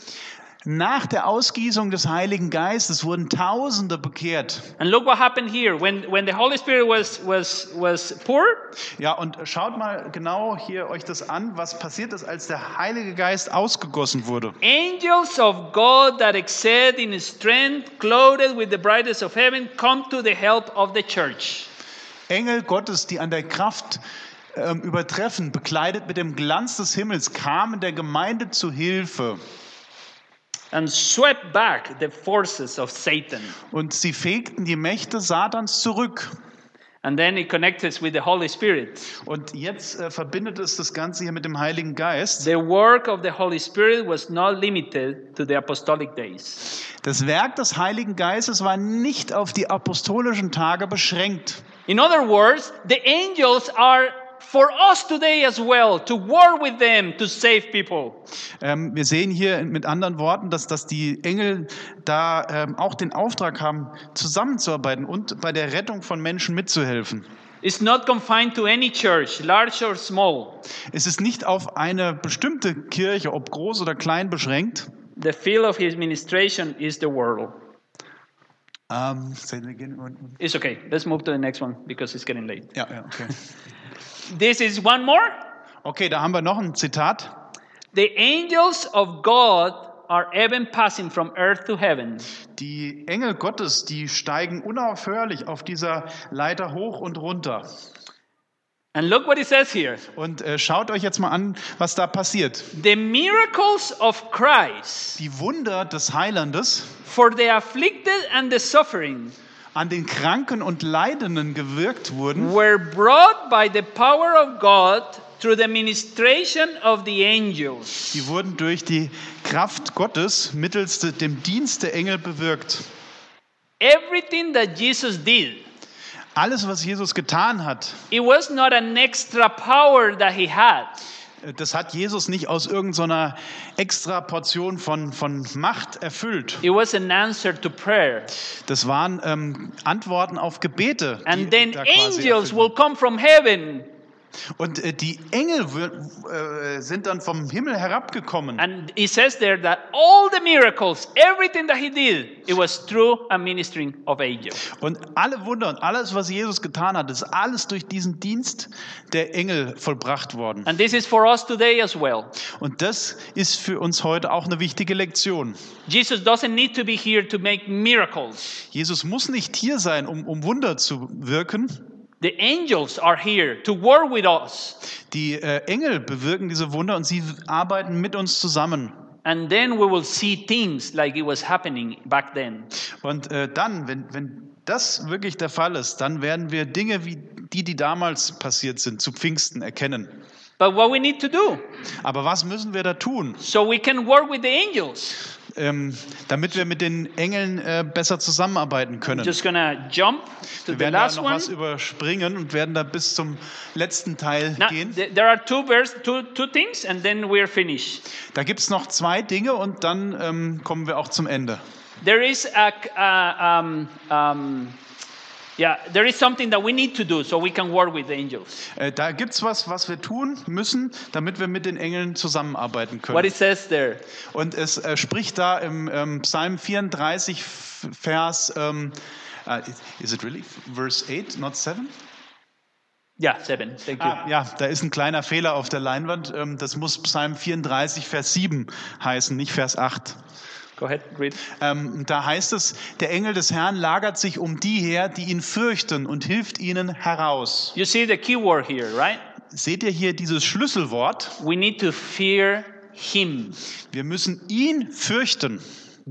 S2: Nach der Ausgießung des Heiligen Geistes wurden Tausende bekehrt.
S1: And look what happened here. When, when the Holy Spirit was, was, was poured,
S2: Ja, und schaut mal genau hier euch das an, was passiert ist, als der Heilige Geist ausgegossen wurde.
S1: angels of God that excelled in strength, clothed with the brightness of heaven, come to the help of the church.
S2: Engel Gottes, die an der Kraft ähm, übertreffen, bekleidet mit dem Glanz des Himmels, kamen der Gemeinde zu Hilfe
S1: And swept back the forces of Satan.
S2: und sie fegten die Mächte Satans zurück.
S1: And then it connects us with the Holy Spirit.
S2: Und jetzt äh, verbindet es das Ganze hier mit dem Heiligen Geist.
S1: The work of the Holy Spirit was not limited to the apostolic days.
S2: Das Werk des Heiligen Geistes war nicht auf die apostolischen Tage beschränkt.
S1: In other words, the angels are for us today as well to war with them to save people.
S2: Ähm, wir sehen hier mit anderen Worten, dass, dass die Engel da ähm, auch den Auftrag haben, zusammenzuarbeiten und bei der Rettung von Menschen mitzuhelfen.
S1: It's not confined to any church, large or small.
S2: Es ist nicht auf eine bestimmte Kirche, ob groß oder klein, beschränkt.
S1: The field of his ministration is the world.
S2: Um, say it again. one-
S1: It's okay. Let's move to the next one because it's getting late.
S2: Ja, ja, okay.
S1: This is one more.
S2: Okay, da haben wir noch ein Zitat.
S1: The angels of God are even passing from earth to heaven.
S2: Die Engel Gottes, die steigen unaufhörlich auf dieser Leiter hoch und runter.
S1: And look what it says here.
S2: Und äh, schaut euch jetzt mal an, was da passiert.
S1: The miracles of Christ
S2: Die Wunder des Heilandes
S1: for the afflicted and the suffering
S2: an den Kranken und Leidenden gewirkt wurden,
S1: were brought by the power of God through the ministration of the angels.
S2: die wurden durch die Kraft Gottes mittels de- dem Dienst der Engel bewirkt.
S1: Everything that Jesus did,
S2: Alles, was Jesus getan hat,
S1: it was not an extra power that he had.
S2: äh, das hat Jesus nicht aus irgendeiner extra Portion von, von Macht erfüllt.
S1: It was an answer to prayer.
S2: Das waren ähm, Antworten auf Gebete. die
S1: And then
S2: da quasi
S1: angels
S2: erfüllt
S1: will come from heaven
S2: wurden. Und äh, die Engel wir- äh, sind dann vom Himmel herabgekommen.
S1: And it says there that all the miracles, everything that he did, it was through a ministering of angels.
S2: Und alle Wunder und alles, was Jesus getan hat, ist alles durch diesen Dienst der Engel vollbracht worden.
S1: And this is for us today as well.
S2: Und das ist für uns heute auch eine wichtige Lektion.
S1: Jesus doesn't need to be here to make miracles.
S2: Jesus muss nicht hier sein, um, um Wunder zu wirken.
S1: The angels are here to work with us.
S2: Die äh, Engel bewirken diese Wunder und sie arbeiten mit uns zusammen.
S1: And then we will see things like it was happening back then.
S2: Und äh, dann, wenn, wenn das wirklich der Fall ist, dann werden wir Dinge wie die, die damals passiert sind, zu Pfingsten erkennen.
S1: But what we need to do
S2: Aber was müssen wir da tun,
S1: so we can work with the angels.
S2: ähm, damit wir mit den Engeln äh, besser zusammenarbeiten können?
S1: Just gonna jump to the
S2: Wir werden da
S1: last
S2: noch
S1: one.
S2: was überspringen und werden da bis zum letzten Teil
S1: Now,
S2: gehen.
S1: th- there are two verse, two, two things, and then we're finished.
S2: Da gibt es noch zwei Dinge und dann ähm, kommen wir auch zum Ende.
S1: there is a uh, um, um, yeah there is something that we need to do so we can work with the angels
S2: Äh, da gibt es was, was wir tun müssen, damit wir mit den Engeln zusammenarbeiten können.
S1: what it says there
S2: und es äh, spricht da im ähm, Psalm 34, F- Vers, ähm, äh, is it really? Verse 8, not 7?
S1: yeah seven thank you
S2: Ah, ja, da ist ein kleiner Fehler auf der Leinwand. Ähm, das muss Psalm 34, Vers 7 heißen, nicht Vers 8.
S1: go ahead read
S2: Ähm, da heißt es, der Engel des Herrn lagert sich um die her, die ihn fürchten und hilft ihnen heraus.
S1: you see the key word here right
S2: Seht ihr hier dieses Schlüsselwort?
S1: we need to fear him
S2: Wir müssen ihn fürchten.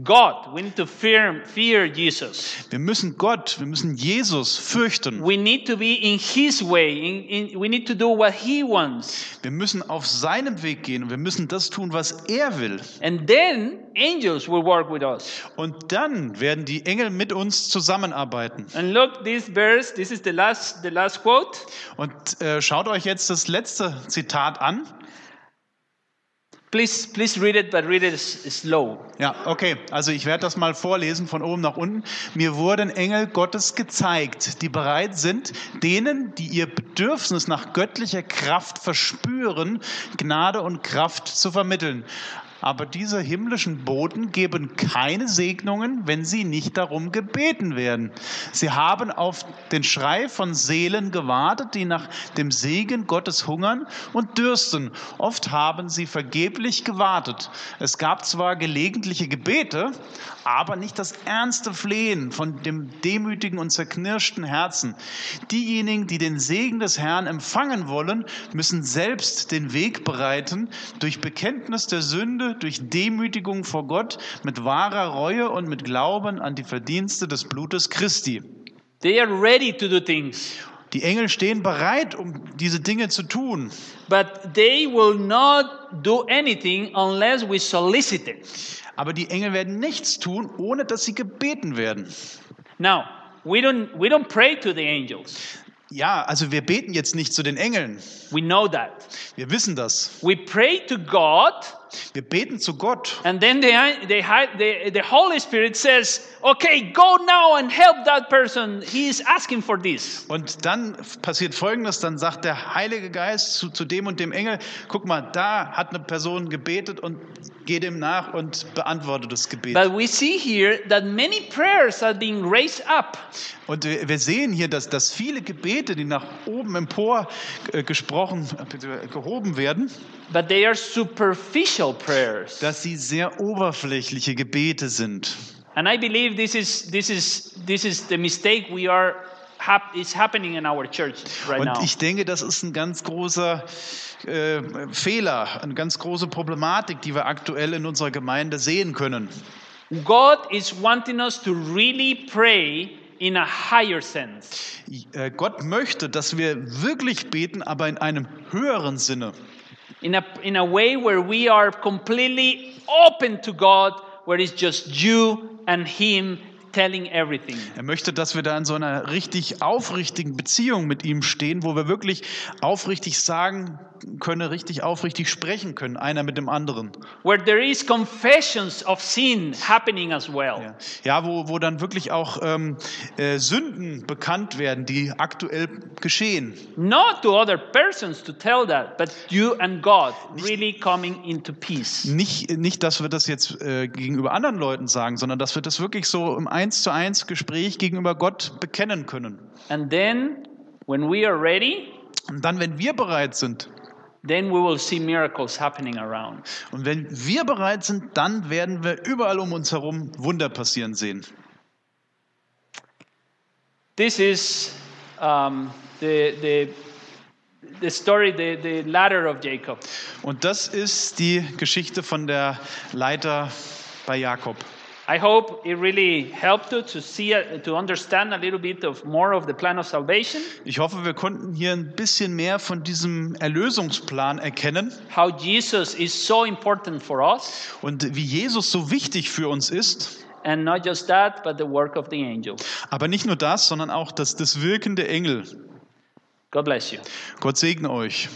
S1: god we need to fear fear jesus
S2: Wir müssen Gott, wir müssen Jesus fürchten.
S1: we need to be in his way in, in, we need to do what he wants
S2: Wir müssen auf seinem Weg gehen und wir müssen das tun, was er will.
S1: and then angels will work with us
S2: Und dann werden die Engel mit uns zusammenarbeiten.
S1: and look this verse this is the last the last quote
S2: Und äh, schaut euch jetzt das letzte Zitat an.
S1: Please, please read it, but read it s- slow.
S2: Ja, okay. Also ich werde das mal vorlesen von oben nach unten. Mir wurden Engel Gottes gezeigt, die bereit sind, denen, die ihr Bedürfnis nach göttlicher Kraft verspüren, Gnade und Kraft zu vermitteln. Aber diese himmlischen Boten geben keine Segnungen, wenn sie nicht darum gebeten werden. Sie haben auf den Schrei von Seelen gewartet, die nach dem Segen Gottes hungern und dürsten. Oft haben sie vergeblich gewartet. Es gab zwar gelegentliche Gebete, aber nicht das ernste Flehen von dem demütigen und zerknirschten Herzen. Diejenigen, die den Segen des Herrn empfangen wollen, müssen selbst den Weg bereiten, durch Bekenntnis der Sünde, durch Demütigung vor Gott, mit wahrer Reue und mit Glauben an die Verdienste des Blutes Christi.
S1: They are ready to do things,
S2: Die Engel stehen bereit, um diese Dinge zu tun,
S1: but they will not do anything unless we solicit it.
S2: aber die Engel werden nichts tun, ohne dass sie gebeten werden.
S1: Now, we don't, we don't pray to the angels.
S2: Ja, also wir beten jetzt nicht zu den Engeln.
S1: We know that.
S2: Wir wissen das.
S1: We pray to God,
S2: Wir beten zu Gott.
S1: and then the, the, hi- the, the Holy Spirit says, okay, go now and help that person. He is asking for this.
S2: Und dann f- passiert Folgendes, dann sagt der Heilige Geist zu, zu dem und dem Engel, guck mal, da hat eine Person gebetet und Geht ihm nach und beantwortet das Gebet.
S1: But we see here that many prayers are being raised up.
S2: Und wir wir sehen hier, dass, dass viele Gebete, die nach oben empor äh, gesprochen, äh, gehoben werden,
S1: But they are superficial prayers.
S2: dass sie sehr oberflächliche Gebete sind.
S1: and I believe this is this is this is the mistake we are hap- is happening in our church right
S2: Und
S1: now.
S2: ich denke, das ist ein ganz großer äh, Fehler, eine ganz große Problematik, die wir aktuell in unserer Gemeinde sehen können.
S1: God is wanting us to really pray in a higher sense.
S2: Äh, Gott möchte, dass wir wirklich beten, aber in einem höheren Sinne.
S1: In a in a way where we are completely open to God, where it's just you and him telling everything.
S2: Er möchte, dass wir da in so einer richtig aufrichtigen Beziehung mit ihm stehen, wo wir wirklich aufrichtig sagen können, richtig aufrichtig sprechen können, einer mit dem anderen.
S1: Where there is confessions of sin happening as well.
S2: Ja, ja wo, wo dann wirklich auch ähm, äh, Sünden bekannt werden, die aktuell geschehen.
S1: Not to other persons to tell that, but you and God really coming into peace.
S2: Nicht, nicht, dass wir das jetzt äh, gegenüber anderen Leuten sagen, sondern dass wir das wirklich so im Eins zu eins Gespräch gegenüber Gott bekennen können.
S1: And then, when we are ready,
S2: Und dann, wenn wir bereit sind,
S1: then we will see miracles happening around.
S2: und wenn wir bereit sind, dann werden wir überall um uns herum Wunder passieren sehen.
S1: This is um, the, the, the story, the, the ladder of Jacob.
S2: Und das ist die Geschichte von der Leiter bei Jakob.
S1: I hope it really helped you to see, uh, to understand a little bit of more of the plan of salvation,
S2: Ich hoffe, wir konnten hier ein bisschen mehr von diesem Erlösungsplan erkennen
S1: how Jesus is so important for us,
S2: und wie Jesus so wichtig für uns ist.
S1: and not just that, but the work of the angel.
S2: Aber nicht nur das, sondern auch das, das Wirken der Engel.
S1: God bless you.
S2: Gott segne euch.